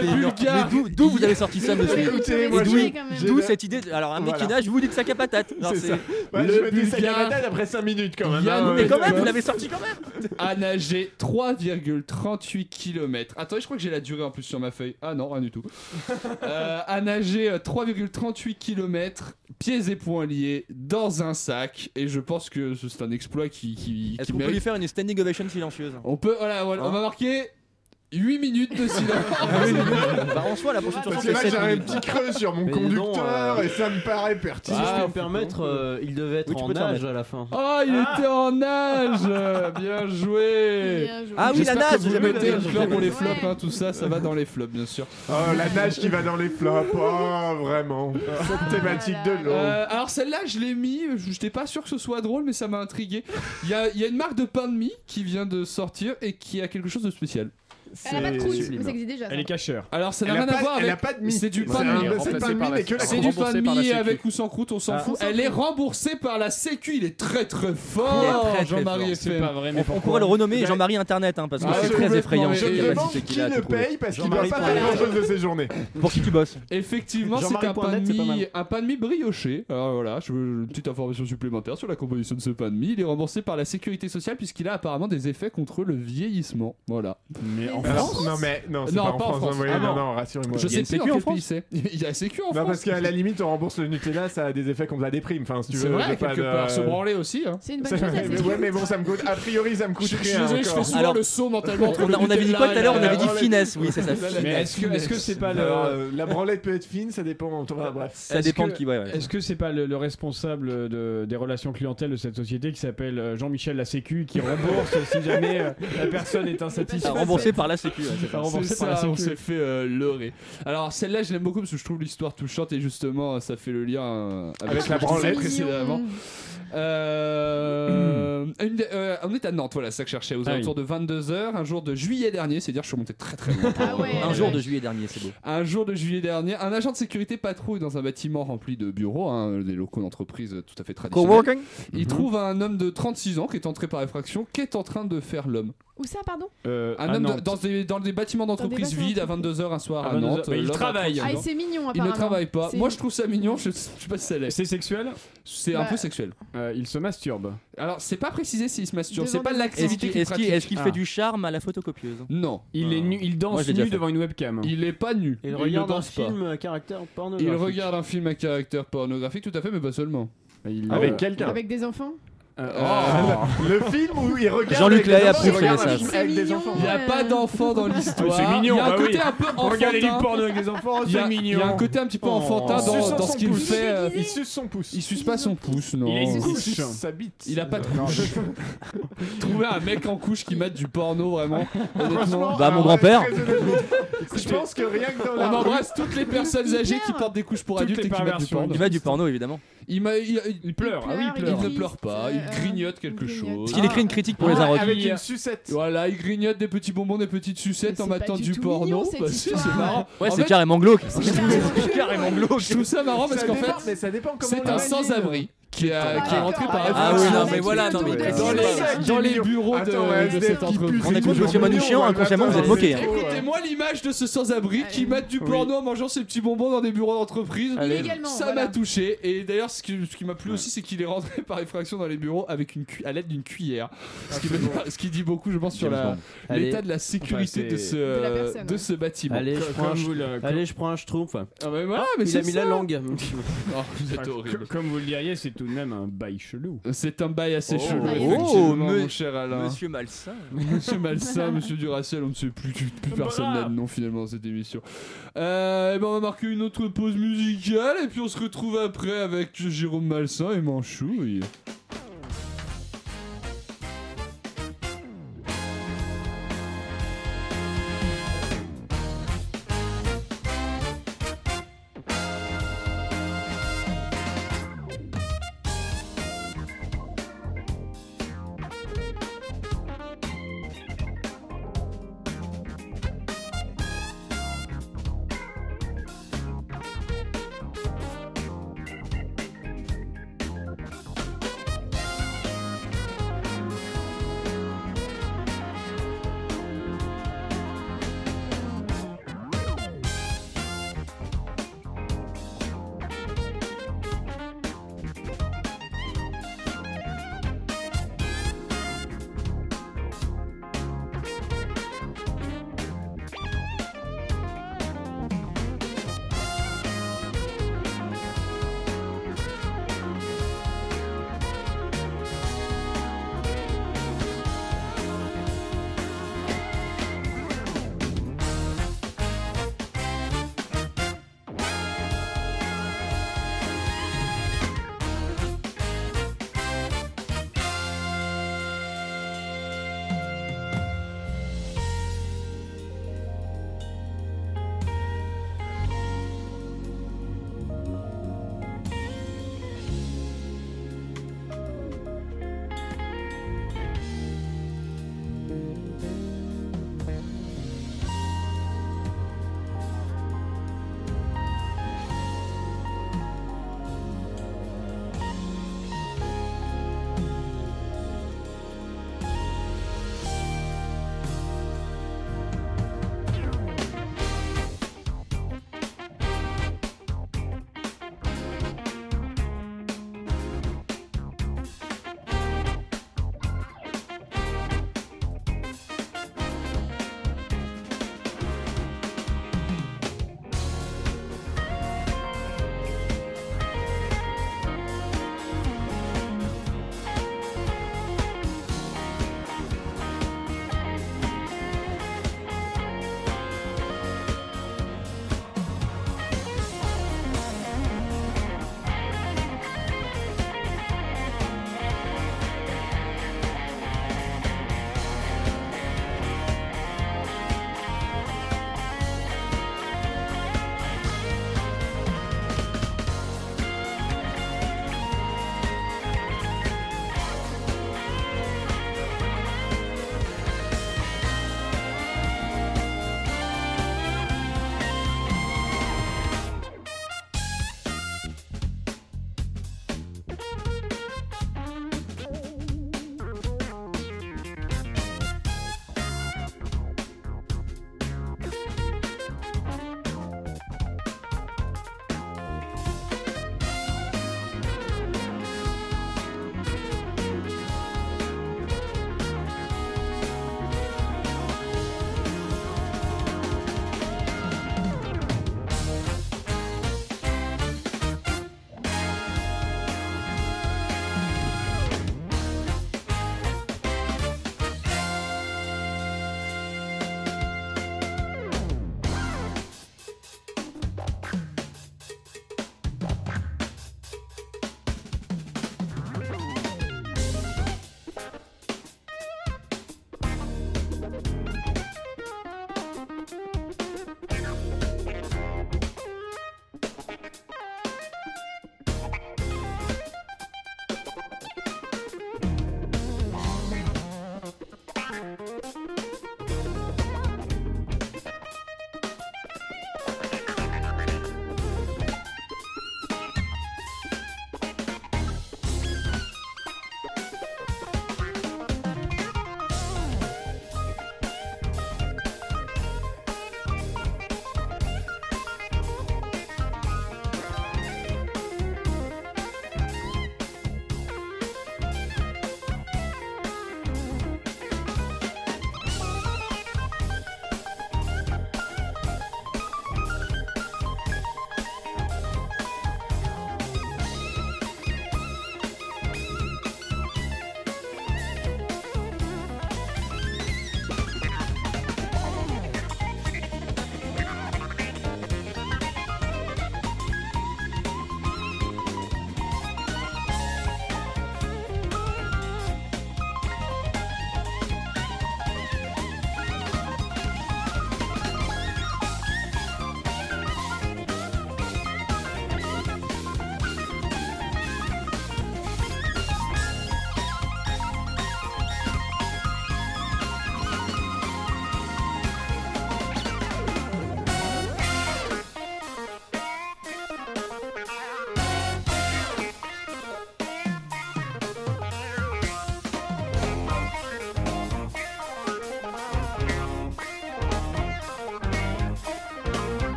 Le
non,
bulgare.
mais d'où- D'où vous avez sorti ça, monsieur
Écoutez,
Et
moi
d'où-
j'ai-
quand même.
j'ai-
D'où cette idée de- Alors, un mec qui
Voilà.
nage, vous dites sac à patate. Genre,
C'est
c'est-
ça. Ouais,
Le
je me dis ça
bulgare.
Canada après 5 minutes quand même.
Yann,
hein,
mais
ouais.
Quand même, vous l'avez sorti quand même.
A nagé 3,38 km. Attendez, je crois que j'ai la durée en plus sur ma feuille. Ah non, rien du tout. Euh, à nager euh, 3,38 km, pieds et poings liés, dans un sac. Et je pense que ce- c'est un exploit qui, qui,
Est-ce
qui
qu'on peut lui
mérite.
faire une standing ovation silencieuse
On peut, voilà, voilà, on
Hein
va marquer 8 minutes de silence.
Ah
Bah, en soi, la prochaine
Parce
chanson,
que là,
c'est
j'ai
sept
un
minutes.
petit creux sur mon
Mais non,
conducteur
euh,
et ça me paraît pertinent.
Si je peux me permettre, euh, il devait être
Oui, tu
en
peux te
âge
permettre.
à la fin.
Ah, Oh, il était en âge Bien joué
Bien joué. Ah oui,
J'espère
la
que
nage,
Vous
j'avais
mettez le
oublié.
club pour les flops, hein, tout ça, ça va dans les flops, bien sûr.
Oh, la nage qui va dans les flops. Oh, vraiment.
Ah
Cette thématique de l'eau.
Euh, alors celle-là, je l'ai mis. Je n'étais pas sûr que ce soit drôle, mais ça m'a intrigué. Il y a, il y a une marque de pain de mie qui vient de sortir et qui a quelque chose de spécial.
Elle a pas de croûte, mais ça existe déjà. ça.
cacheur. Alors ça n'a
Elle a
rien
pas-
à voir
elle
avec.
a pas de mie.
C'est du
C'est
pain
un-
de mie.
c'est pas de mie, mais que la
C'est
croûte.
du pain de
Remboursé par la
mie
Sécu.
avec ou sans croûte, on s'en
Ah.
fout.
On s'en
Elle est
fout.
remboursée par la Sécu. Il est très très
Il est
fort.
très, très
Oh, Jean-Marie
fort. C'est
FM.
pas vrai,
On, on pourrait le renommer Jean-Marie Internet, hein, parce que
Bah, Ah,
c'est
je
très
vais-
effrayant.
non,
cette
mais- je
capacité
demande
qu'il
qui
a à
le
tout trouver.
paye, parce qu'il
doit pas faire grand-chose de ses journées.
Pour qui tu bosses
Effectivement, c'est
Jean-Marie
un pain
Pointet,
de
c'est pas mal.
mie, un pain de mie brioché. Alors voilà, je veux une petite information supplémentaire sur la composition de ce pain de mie. Il est remboursé par la sécurité sociale puisqu'il a apparemment des effets contre le vieillissement. Voilà. Mais
en Alors, France non, mais- non, c'est pas en France, non, mais- non, non, rassurez-moi.
Ah, Je
Il y a
sais
une
plus
sécu en
en quel
France
pays c'est. Il y a la sécu en
Non,
France.
parce qu'à la limite, on rembourse le Nutella, ça a des effets contre la déprime. Enfin, si tu veux,
C'est
j'ai
vrai,
pas
quelque
de-
part. Se branler aussi. hein.
C'est une bonne
Ça-
chose. la
mais,
sécu.
ouais, mais bon, ça me coûte. A priori, ça me coûte
Je suis
rien.
désolé, je fais
encore.
souvent
Alors-
le saut mentalement entre
On
le
a- on avait dit
Nutella
quoi tout à l'heure
et
On
la-
avait dit
la-
finesse, oui, c'est ça.
la-
Mais
la-
est-ce que-
finesse.
est-ce que
c'est pas le-
Alors, euh, la branlette peut être fine, ça dépend.
Ah,
enfin, bref.
Ça
Est-ce
dépend
que-
de qui, ouais, ouais.
Est-ce que c'est pas le, le responsable de- des relations clientèle de cette société qui s'appelle euh, Jean-Michel la Sécu qui rembourse si jamais euh, la personne est insatisfaite
Remboursé par la Sécu. ouais,
C'est
c'est ça.
ça, on s'est fait euh, leurrer. Alors celle-là, je l'aime beaucoup parce que je trouve l'histoire touchante et justement, ça fait le lien euh,
Avec
ce
la
que je disais
branlette.
précédemment. Euh, une des- euh, on est à Nantes, voilà, c'est ça que je cherchais, aux
Ah oui.
alentours de 22h, un jour de juillet dernier, c'est-à-dire je suis remonté très très
<laughs>
loin.
Ah
Un jour de juillet dernier, c'est beau.
Un jour de juillet dernier, un agent de sécurité patrouille dans un bâtiment rempli de bureaux, hein, des locaux d'entreprise tout à fait traditionnels.
Coworking
Il trouve un homme de 36 ans qui est entré par effraction, qui est en train de faire l'homme.
Où ça, pardon
un
Euh, à
homme de-
Nantes.
dans, des, dans des bâtiments d'entreprise
bâtiments
vides à 22h un soir
À
à,
22h,
Nantes.
mais il
l'homme à
travaille.
36 ans.
Ah, et c'est mignon,
Il ne
apparemment.
travaille pas.
C'est-
Moi, je trouve ça mignon. Je, je sais pas si ça l'est.
C'est sexuel
C'est un
Bah-
peu sexuel.
Euh, Il se masturbe.
Alors, c'est pas précisé s'il se masturbe.
Devant
C'est pas
des
Est-ce
l'activité
qu'il
qu'il
est-ce qu'il-
pratique.
est-ce qu'il
Ah.
fait du charme à la photocopieuse
Non. Ah.
Il, est nu, il
Moi, je
danse
l'ai déjà
nu
fait.
devant une webcam.
Il est pas nu.
Il
ne
regarde un
danse pas.
film euh, caractère porno.
Il regarde un film à caractère pornographique, tout à fait, mais pas seulement. euh,
Avec quelqu'un.
Avec des enfants
Oh.
<laughs>
Le film où il regarde.
Jean-Luc
avec des
Lahaye a
enfants,
pris
il
ce
regarde un
message.
film
C'est
avec des
mignon,
enfants.
Il n'y a pas d'enfant dans l'histoire.
c'est mignon,
Il y a un
bah
côté
oui.
un peu enfantin.
Regardez les pornos avec des enfants,
Il y a-
c'est mignon.
Il y a un côté un petit peu
Oh.
enfantin dans,
Suçant
dans ce
son
qu'il
pouce.
fait. euh,
Il suce son pouce.
Il suce pas son pouce, non.
Il a une
Il
couche.
suce sa bite.
Il a pas de couche. <laughs> Trouver un mec en couche qui mate du porno, vraiment.
Franchement,
Honnêtement.
Bah, mon
alors, ouais,
grand-père.
très honnêtement, Je pense que rien que dans la.
On
rue-
embrasse toutes les personnes âgées qui portent des couches pour
Toutes
adultes
les
et qui mettent du
perversions.
porno.
Il va du porno, évidemment.
Il, m'a- il- il- il pleure,
Ah oui, il pleure.
il ne pleure pas, il grignote quelque chose.
Parce qu'il écrit une critique pour les
Ah,
Inrocks.
Avec une sucette.
Voilà, il grignote des petits bonbons, des petites sucettes
Mais
en
c'est pas
mettant
du
du
tout
porno.
mignon, cette
Bah, si,
histoire.
<laughs> c'est marrant.
Ouais,
En
c'est
fait,
carrément glauque.
carrément glauque. Je trouve ça marrant parce
Ça
qu'en
dépend,
fait,
mais ça dépend comment on
c'est un
l'imagine.
sans-abri qui, a- qui est rentré par
Ah oui, non,
effraction
mais voilà, non, mais.
dans les, dans les
Attends,
bureaux de,
Attends,
de
ouais,
cette
qui
entreprise.
pue,
On est
c'est
contre Monsieur
toujours
Manouchian,
mignon,
inconsciemment, vous
attends,
êtes moqué.
c'est
hein.
trop, ouais.
Écoutez-moi l'image de ce sans-abri qui mate du porno en mangeant ses petits bonbons dans des bureaux d'entreprise.
Allez. Illégalement,
Ça
voilà.
m'a touché. Et d'ailleurs, ce qui, ce qui m'a plu aussi, c'est qu'il est rentré <laughs> par effraction dans les bureaux avec une cu- à l'aide d'une cuillère. Ce qui, ce qui dit beaucoup, je pense, sur la-
Allez.
l'état de la sécurité
Enfin,
de,
c'est-
ce,
De la personne,
de
hein.
ouais.
ce bâtiment.
Allez, je
Comme-
prends un
comme vous
ch-
le-
Allez, je prends un schtroumpf.
Ah, mais voilà, mais
Il
c'est
a mis
ça. <laughs>
la langue.
Oh, vous êtes
Enfin,
horrible.
co- Comme vous le diriez, c'est tout de même un bail chelou.
C'est un bail assez
Oh.
chelou.
Oh,
effectivement,
me-
mon cher Alain.
Monsieur Malsain.
<laughs> Monsieur Malsain, Monsieur Duracell, on ne sait plus, plus personne n'a de nom finalement dans cette émission. Euh, eh ben, on va marquer une autre pause musicale et puis on se retrouve après avec Jérôme Malsain et Manchouille.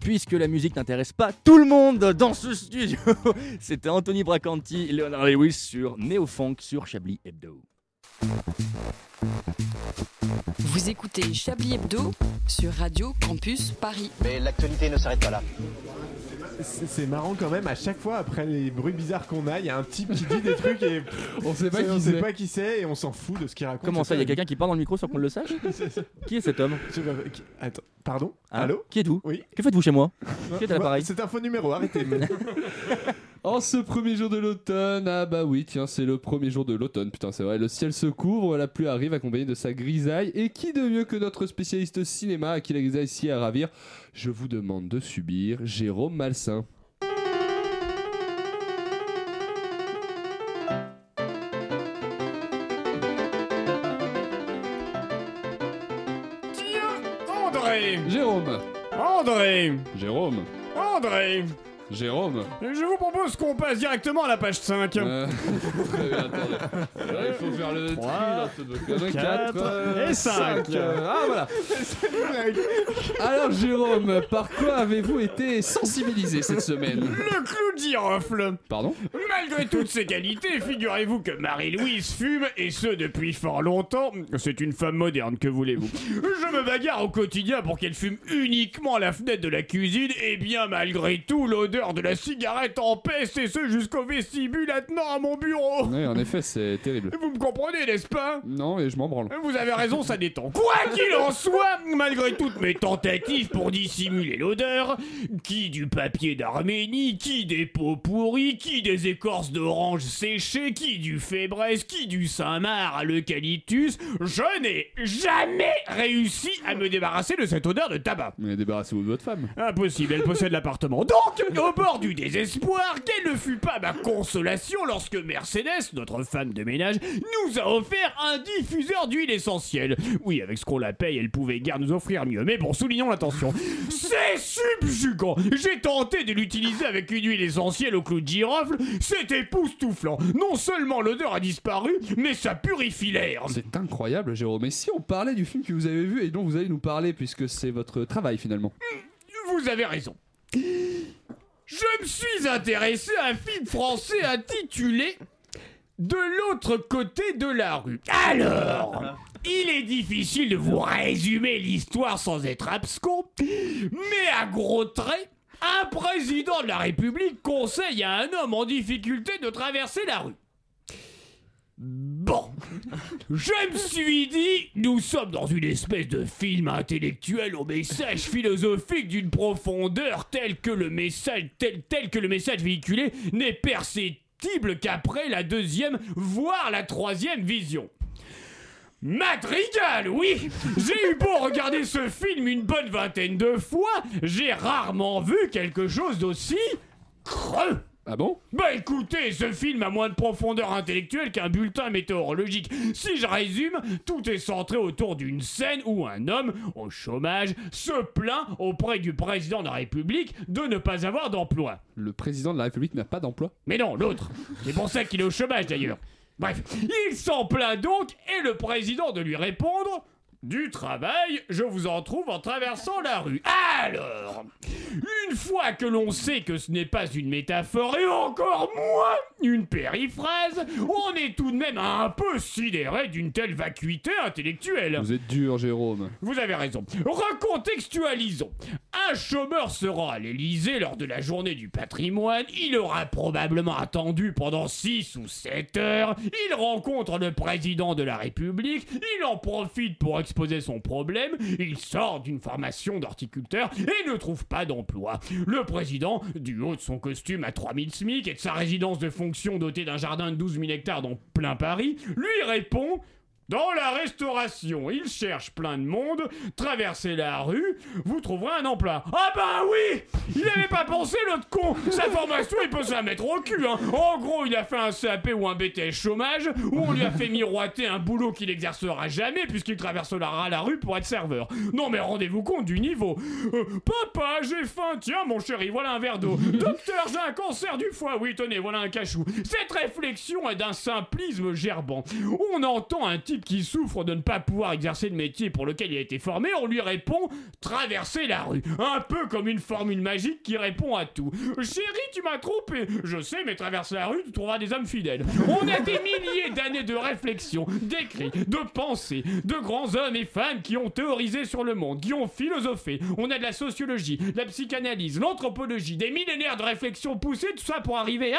puisque la musique n'intéresse pas tout le monde dans ce studio. <laughs> C'était Anthony Bracanti, Leonard Lewis sur Neo Funk sur Chablis Hebdo.
Vous écoutez Chablis Hebdo sur Radio Campus Paris.
Mais l'actualité ne s'arrête pas là.
C'est c'est marrant quand même, à chaque fois après les bruits bizarres qu'on a, il y a un type qui dit des trucs et
on sait
pas qui
on
c'est.
sait pas qui c'est et on s'en fout de ce qu'il raconte.
Comment ça, il y a quelqu'un qui parle dans le micro sans qu'on le
<laughs>
sache Qui est cet homme
Attends, pardon
Ah,
Allô
Qui êtes-vous
Oui.
Que faites-vous chez moi
Non,
Qui est à l'appareil
C'est un faux numéro, arrêtez.
<laughs>
En ce premier jour de l'automne, ah bah oui, tiens, c'est le premier jour de l'automne, putain, c'est vrai. Le ciel se couvre, la pluie arrive accompagnée de sa grisaille. Et qui de mieux que notre spécialiste cinéma à qui la grisaille s'y à ravir Je vous demande de subir Jérôme Malsain.
André
Jérôme
André
Jérôme
André
Jérôme
Je vous propose qu'on passe directement à la page 5.
Euh, Très bien, attendez. Ouais, Il faut faire le tri, là, tout de suite. Il y en a
quatre,
quatre, euh,
et cinq.
cinq, euh, Ah
<laughs>
voilà Alors Jérôme, par quoi avez-vous été sensibilisé cette semaine
Le clou de girofle
Pardon
Malgré toutes ses qualités, figurez-vous que Marie-Louise fume, et ce depuis fort longtemps. C'est une femme moderne, que voulez-vous Je me bagarre au quotidien pour qu'elle fume uniquement à la fenêtre de la cuisine, et bien malgré tout, l'odeur de la cigarette empeste, et ce jusqu'au vestibule attenant à mon bureau.
Oui, en effet, c'est terrible.
Vous me comprenez, n'est-ce pas
Non, et je m'en branle.
Vous avez raison, ça détend. Quoi qu'il en soit, malgré toutes mes tentatives pour dissimuler l'odeur, qui du papier d'Arménie, qui des peaux pourries, qui des écorces d'orange séchées, qui du fébrez, qui du Saint-Marc à l'eucalyptus, je n'ai jamais réussi à me débarrasser de cette odeur de tabac.
Mais débarrassez-vous de votre femme.
Impossible, elle possède l'appartement. Donc, au bord du désespoir, quelle ne fut pas ma consolation lorsque Mercedes, notre femme de ménage, nous a offert un diffuseur d'huile essentielle. Oui, avec ce qu'on la paye, elle pouvait guère nous offrir mieux. Mais bon, soulignons l'attention. C'est subjugant. J'ai tenté de l'utiliser avec une huile essentielle au clou de girofle. C'est époustouflant. Non seulement l'odeur a disparu, mais ça purifie l'air.
C'est incroyable, Jérôme. Et si on parlait du film que vous avez vu et dont vous allez nous parler, puisque c'est votre travail finalement
Vous avez raison. Je me suis intéressé à un film français intitulé De l'autre côté de la rue. Alors, il est difficile de vous résumer l'histoire sans être abscon, mais à gros traits, un président de la République conseille à un homme en difficulté de traverser la rue. Bon, je me suis dit, nous sommes dans une espèce de film intellectuel au message philosophique d'une profondeur telle que le message tel, tel que le message véhiculé n'est perceptible qu'après la deuxième, voire la troisième vision. Madrigal, oui J'ai eu beau regarder ce film une bonne vingtaine de fois, j'ai rarement vu quelque chose d'aussi creux
Ah bon
Bah écoutez, ce film a moins de profondeur intellectuelle qu'un bulletin météorologique. Si je résume, tout est centré autour d'une scène où un homme, au chômage, se plaint auprès du président de la République de ne pas avoir d'emploi.
Le président de la République n'a pas d'emploi
Mais non, l'autre. C'est pour ça qu'il est au chômage d'ailleurs. Bref, il s'en plaint donc et le président de lui répondre Du travail, je vous en trouve en traversant la rue. Alors, une fois que l'on sait que ce n'est pas une métaphore et encore moins <laughs> une périphrase, on est tout de même un peu sidéré d'une telle vacuité intellectuelle.
Vous êtes dur, Jérôme.
Vous avez raison. Recontextualisons. Un chômeur sera à l'Elysée lors de la journée du patrimoine. Il aura probablement attendu pendant 6 ou 7 heures. Il rencontre le président de la République. Il en profite pour exposer son problème. Il sort d'une formation d'horticulteur et ne trouve pas d'emploi. Le président, du haut de son costume à 3000 SMIC et de sa résidence de fonction dotée d'un jardin de 12 000 hectares dans plein Paris, lui répond dans la restauration, il cherche plein de monde, traversez la rue, vous trouverez un emploi. Ah bah oui Il n'avait pas pensé l'autre con Sa formation, il peut se la mettre au cul, hein En gros, il a fait un CAP ou un BTS chômage, où on lui a fait miroiter un boulot qu'il n'exercera jamais puisqu'il traversera la rue pour être serveur. Non mais rendez-vous compte du niveau Euh, Papa, j'ai faim, tiens mon chéri, voilà un verre d'eau. Docteur, j'ai un cancer du foie, oui tenez, voilà un cachou. Cette réflexion est d'un simplisme gerbant. On entend un type type qui souffre de ne pas pouvoir exercer le métier pour lequel il a été formé, on lui répond traverser la rue. Un peu comme une formule magique qui répond à tout. Chérie, tu m'as trompé. Je sais, mais traverse la rue, tu trouveras des hommes fidèles. On a des milliers d'années de réflexion, d'écrits, de pensées, de grands hommes et femmes qui ont théorisé sur le monde, qui ont philosophé. On a de la sociologie, de la psychanalyse, l'anthropologie, des millénaires de réflexion poussée, tout ça pour arriver à.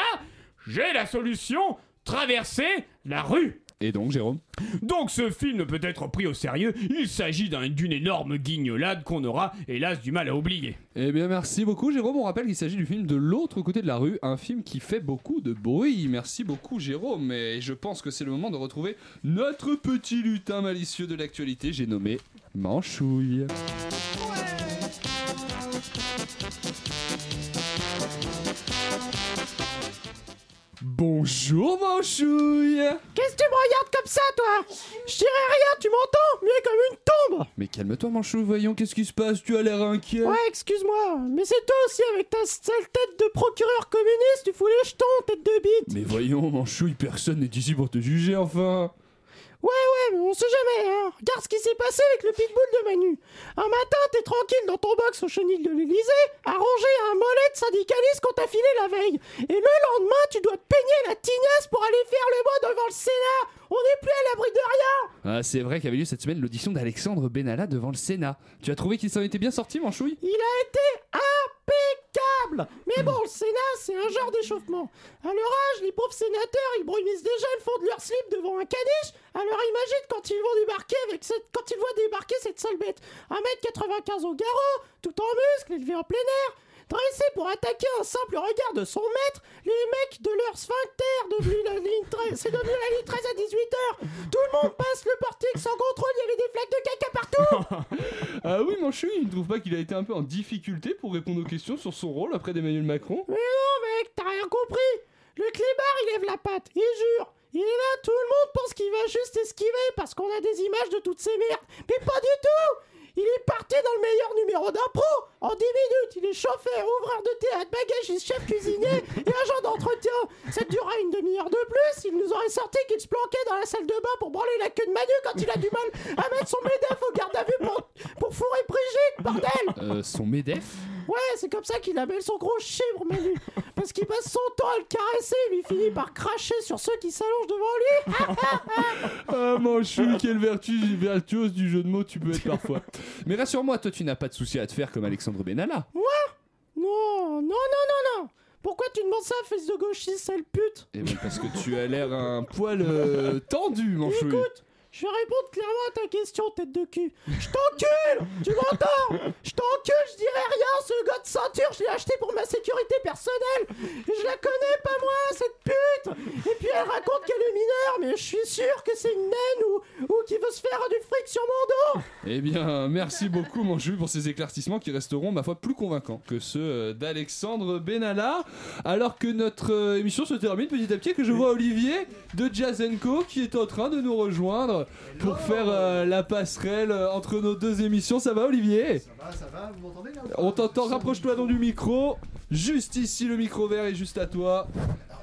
J'ai la solution traverser la rue.
Et donc, Jérôme
donc ce film peut être pris au sérieux, il s'agit d'un- d'une énorme guignolade qu'on aura, hélas, du mal à oublier.
Eh bien, merci beaucoup, Jérôme. On rappelle qu'il s'agit du film De l'autre côté de la rue, un film qui fait beaucoup de bruit. Merci beaucoup, Jérôme. Et je pense que c'est le moment de retrouver notre petit lutin malicieux de l'actualité. J'ai nommé Manchouille. Bonjour, Manchouille
Qu'est-ce que tu me regardes comme ça, toi Je dirais rien, tu m'entends Mieux comme une tombe
Mais calme-toi, Manchouille, voyons, qu'est-ce qui se passe Tu as l'air inquiet.
Ouais, excuse-moi, mais c'est toi aussi avec ta sale tête de procureur communiste, tu fous les jetons, tête de bite
Mais voyons, Manchouille, personne n'est ici pour te juger, enfin
Ouais, ouais, mais on sait jamais, hein Regarde ce qui s'est passé avec le pitbull de Manu Un matin, t'es tranquille dans ton box au chenil de l'Elysée, arrangé à un mollet de syndicaliste qu'on t'a filé la veille Et le lendemain, tu dois te peigner la tignasse pour aller faire le mot devant le Sénat On n'est plus à l'abri de rien
Ah, c'est vrai qu'avait lieu cette semaine l'audition d'Alexandre Benalla devant le Sénat. Tu as trouvé qu'il s'en était bien sorti, Manchouille
Il a été impeccable Mais bon, le Sénat, c'est un genre d'échauffement. À leur âge, les pauvres sénateurs, ils brunissent déjà le fond de leur slip devant un caniche, alors imagine quand ils vont débarquer avec cette... quand ils voient débarquer cette sale bête. 1m95 au garrot, tout en muscles, élevé en plein air Dressé pour attaquer un simple regard de son maître, les mecs de leur sphincter, devenu la ligne 13, c'est devenu la ligne 13 à 18h. Tout le monde passe le portique sans contrôle, il y avait des flaques de caca partout.
Ah oui, Manchouille, il ne trouve pas qu'il a été un peu en difficulté pour répondre aux questions sur son rôle après d'Emmanuel Macron
Mais non, mec, t'as rien compris Le clébard, il lève la patte, il jure Il est là, tout le monde pense qu'il va juste esquiver parce qu'on a des images de toutes ces merdes. Mais pas du tout Il est parti dans le meilleur numéro d'impro En 10 minutes, il est chauffeur, ouvreur de théâtre, bagagiste, chef cuisinier et agent d'entretien Ça durera une demi-heure de plus, il nous aurait sorti qu'il se planquait dans la salle de bain pour branler la queue de Manu quand il a du mal à mettre son médef au garde à vue pour, pour fourrer Brigitte, bordel
Euh, son MEDEF
Ouais, c'est comme ça qu'il appelle son gros chibre, Manu. Parce qu'il passe son temps à le caresser et lui finit par cracher sur ceux qui s'allongent devant lui.
Ah, Manchouille, quelle vertu vertueuse du jeu de mots tu peux être parfois.
Mais rassure-moi, toi, tu n'as pas de souci à te faire comme Alexandre Benalla.
Moi Non, non, non, non, non. Pourquoi tu demandes ça, fils de gauchiste, sale pute
Eh ben, parce que tu as l'air un poil euh, tendu, Manchouille.
Écoute, je vais répondre clairement à ta question, tête de cul. Je t'encule Tu m'entends Je t'encule, je dirai rien, ce gars de ceinture, je l'ai acheté pour ma sécurité personnelle Et Je la connais pas moi, cette pute Et puis elle raconte qu'elle est mineure, mais je suis sûr que c'est une naine ou, ou qui veut se faire du fric sur mon dos
Eh bien, merci beaucoup, Manchouille, pour ces éclaircissements qui resteront, ma foi, plus convaincants que ceux euh, d'Alexandre Benalla. Alors que notre euh, émission se termine petit à petit, et que je vois Olivier de Jazenko qui est en train de nous rejoindre pour faire euh, la passerelle euh, entre nos deux émissions. Ça va, Olivier
Ah, ça va, vous m'entendez là
On t'entend, rapproche-toi donc du micro. Juste ici, le micro vert est juste à toi.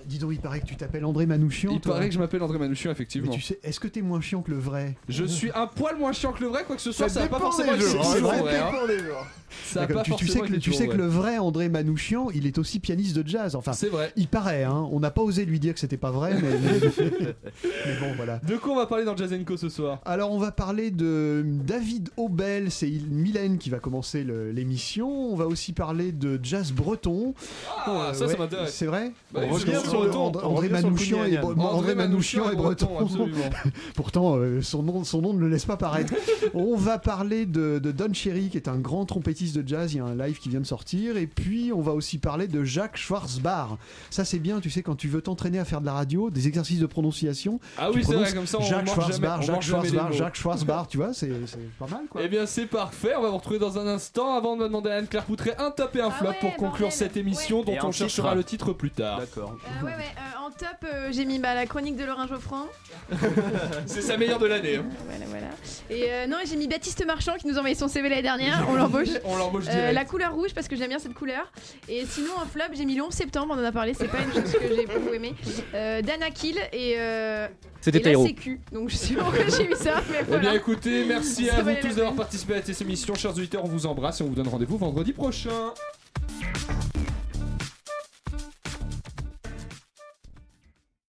Dis donc, il paraît que tu t'appelles André Manouchian.
Il
toi.
paraît que je m'appelle André Manouchian,
Mais
effectivement.
tu sais, est-ce que t'es moins chiant que le vrai
Je suis un poil moins chiant que le vrai, quoique ce soir, ça n'a pas
dépend
forcément
des
été
jours,
si
hein,
bon,
ça
vrai, hein.
dépend
Ça a pas
D'accord, tu, tu sais
forcément
que,
été
tu
toujours
sais que
vrai.
le vrai André Manouchian, il est aussi pianiste de jazz. Enfin,
c'est vrai.
Il paraît, hein. On n'a pas osé lui dire que c'était pas vrai,
<laughs>
mais, mais bon, voilà.
De quoi on va parler dans Jazenko ce soir
Alors on va parler de David Aubel, c'est il- Mylène qui va commencer le- l'émission. On va aussi parler de jazz breton. Euh,
Ah, ça, ça m'intéresse.
C'est vrai
Bah,
On
il faut
revient
bien sur le
le-
ton.
André,
On revient sur le
Manouchian
Kounian.
est bre-
André
André Manouchian
Manouchian
est
est
breton.
breton, absolument.
<laughs> Pourtant, euh, son, nom, son nom ne le laisse
<laughs>
pas paraître. on va parler de, de Don Cherry, qui est un grand trompettiste de jazz. Il y a un live qui vient de sortir. Et puis, on va aussi parler de Jacques Schwarzbach. Ça, c'est bien, tu sais, quand tu veux t'entraîner à faire de la radio, des exercices de prononciation.
Ah
tu
oui, c'est vrai,
prononces
comme ça, on
Jacques
mange jamais-
Schwarzbach,
on
Jacques
mange jamais les
Schwarzbach,
mots.
Jacques Schwarzbach, tu vois, c'est c'est pas mal.
Eh bien, c'est parfait. On va vous retrouver dans un instant. Avant, on va demander à Anne-Claire
Ah
Poutré un top et un flop pour conclure cette émission
Et
dont
un
on cherchera
titre.
le titre plus tard.
D'accord.
ouais, ouais, euh, en top, euh, j'ai mis bah, la chronique de Laurent Geoffran.
<laughs> C'est sa meilleure de l'année. hein.
Voilà, voilà. Et euh, non, j'ai mis Baptiste Marchand qui nous a envoyé son CV l'année dernière. On l'embauche.
<laughs> On l'embauche
Euh,
direct.
la couleur rouge parce que j'aime bien cette couleur. Et sinon, en flop, j'ai mis le 11 septembre. On en a parlé, c'est pas une chose que j'ai beaucoup aimé. Euh, Dana Kill et. Euh,
C'était
et la
Taïro.
sécu. Donc je sais pas pourquoi j'ai mis ça. Mais
Eh bien
voilà.
écoutez, merci
Ça
à vous
valait la
tous d'avoir participé à cette émission. Chers auditeurs, on vous embrasse et on vous donne rendez-vous vendredi prochain.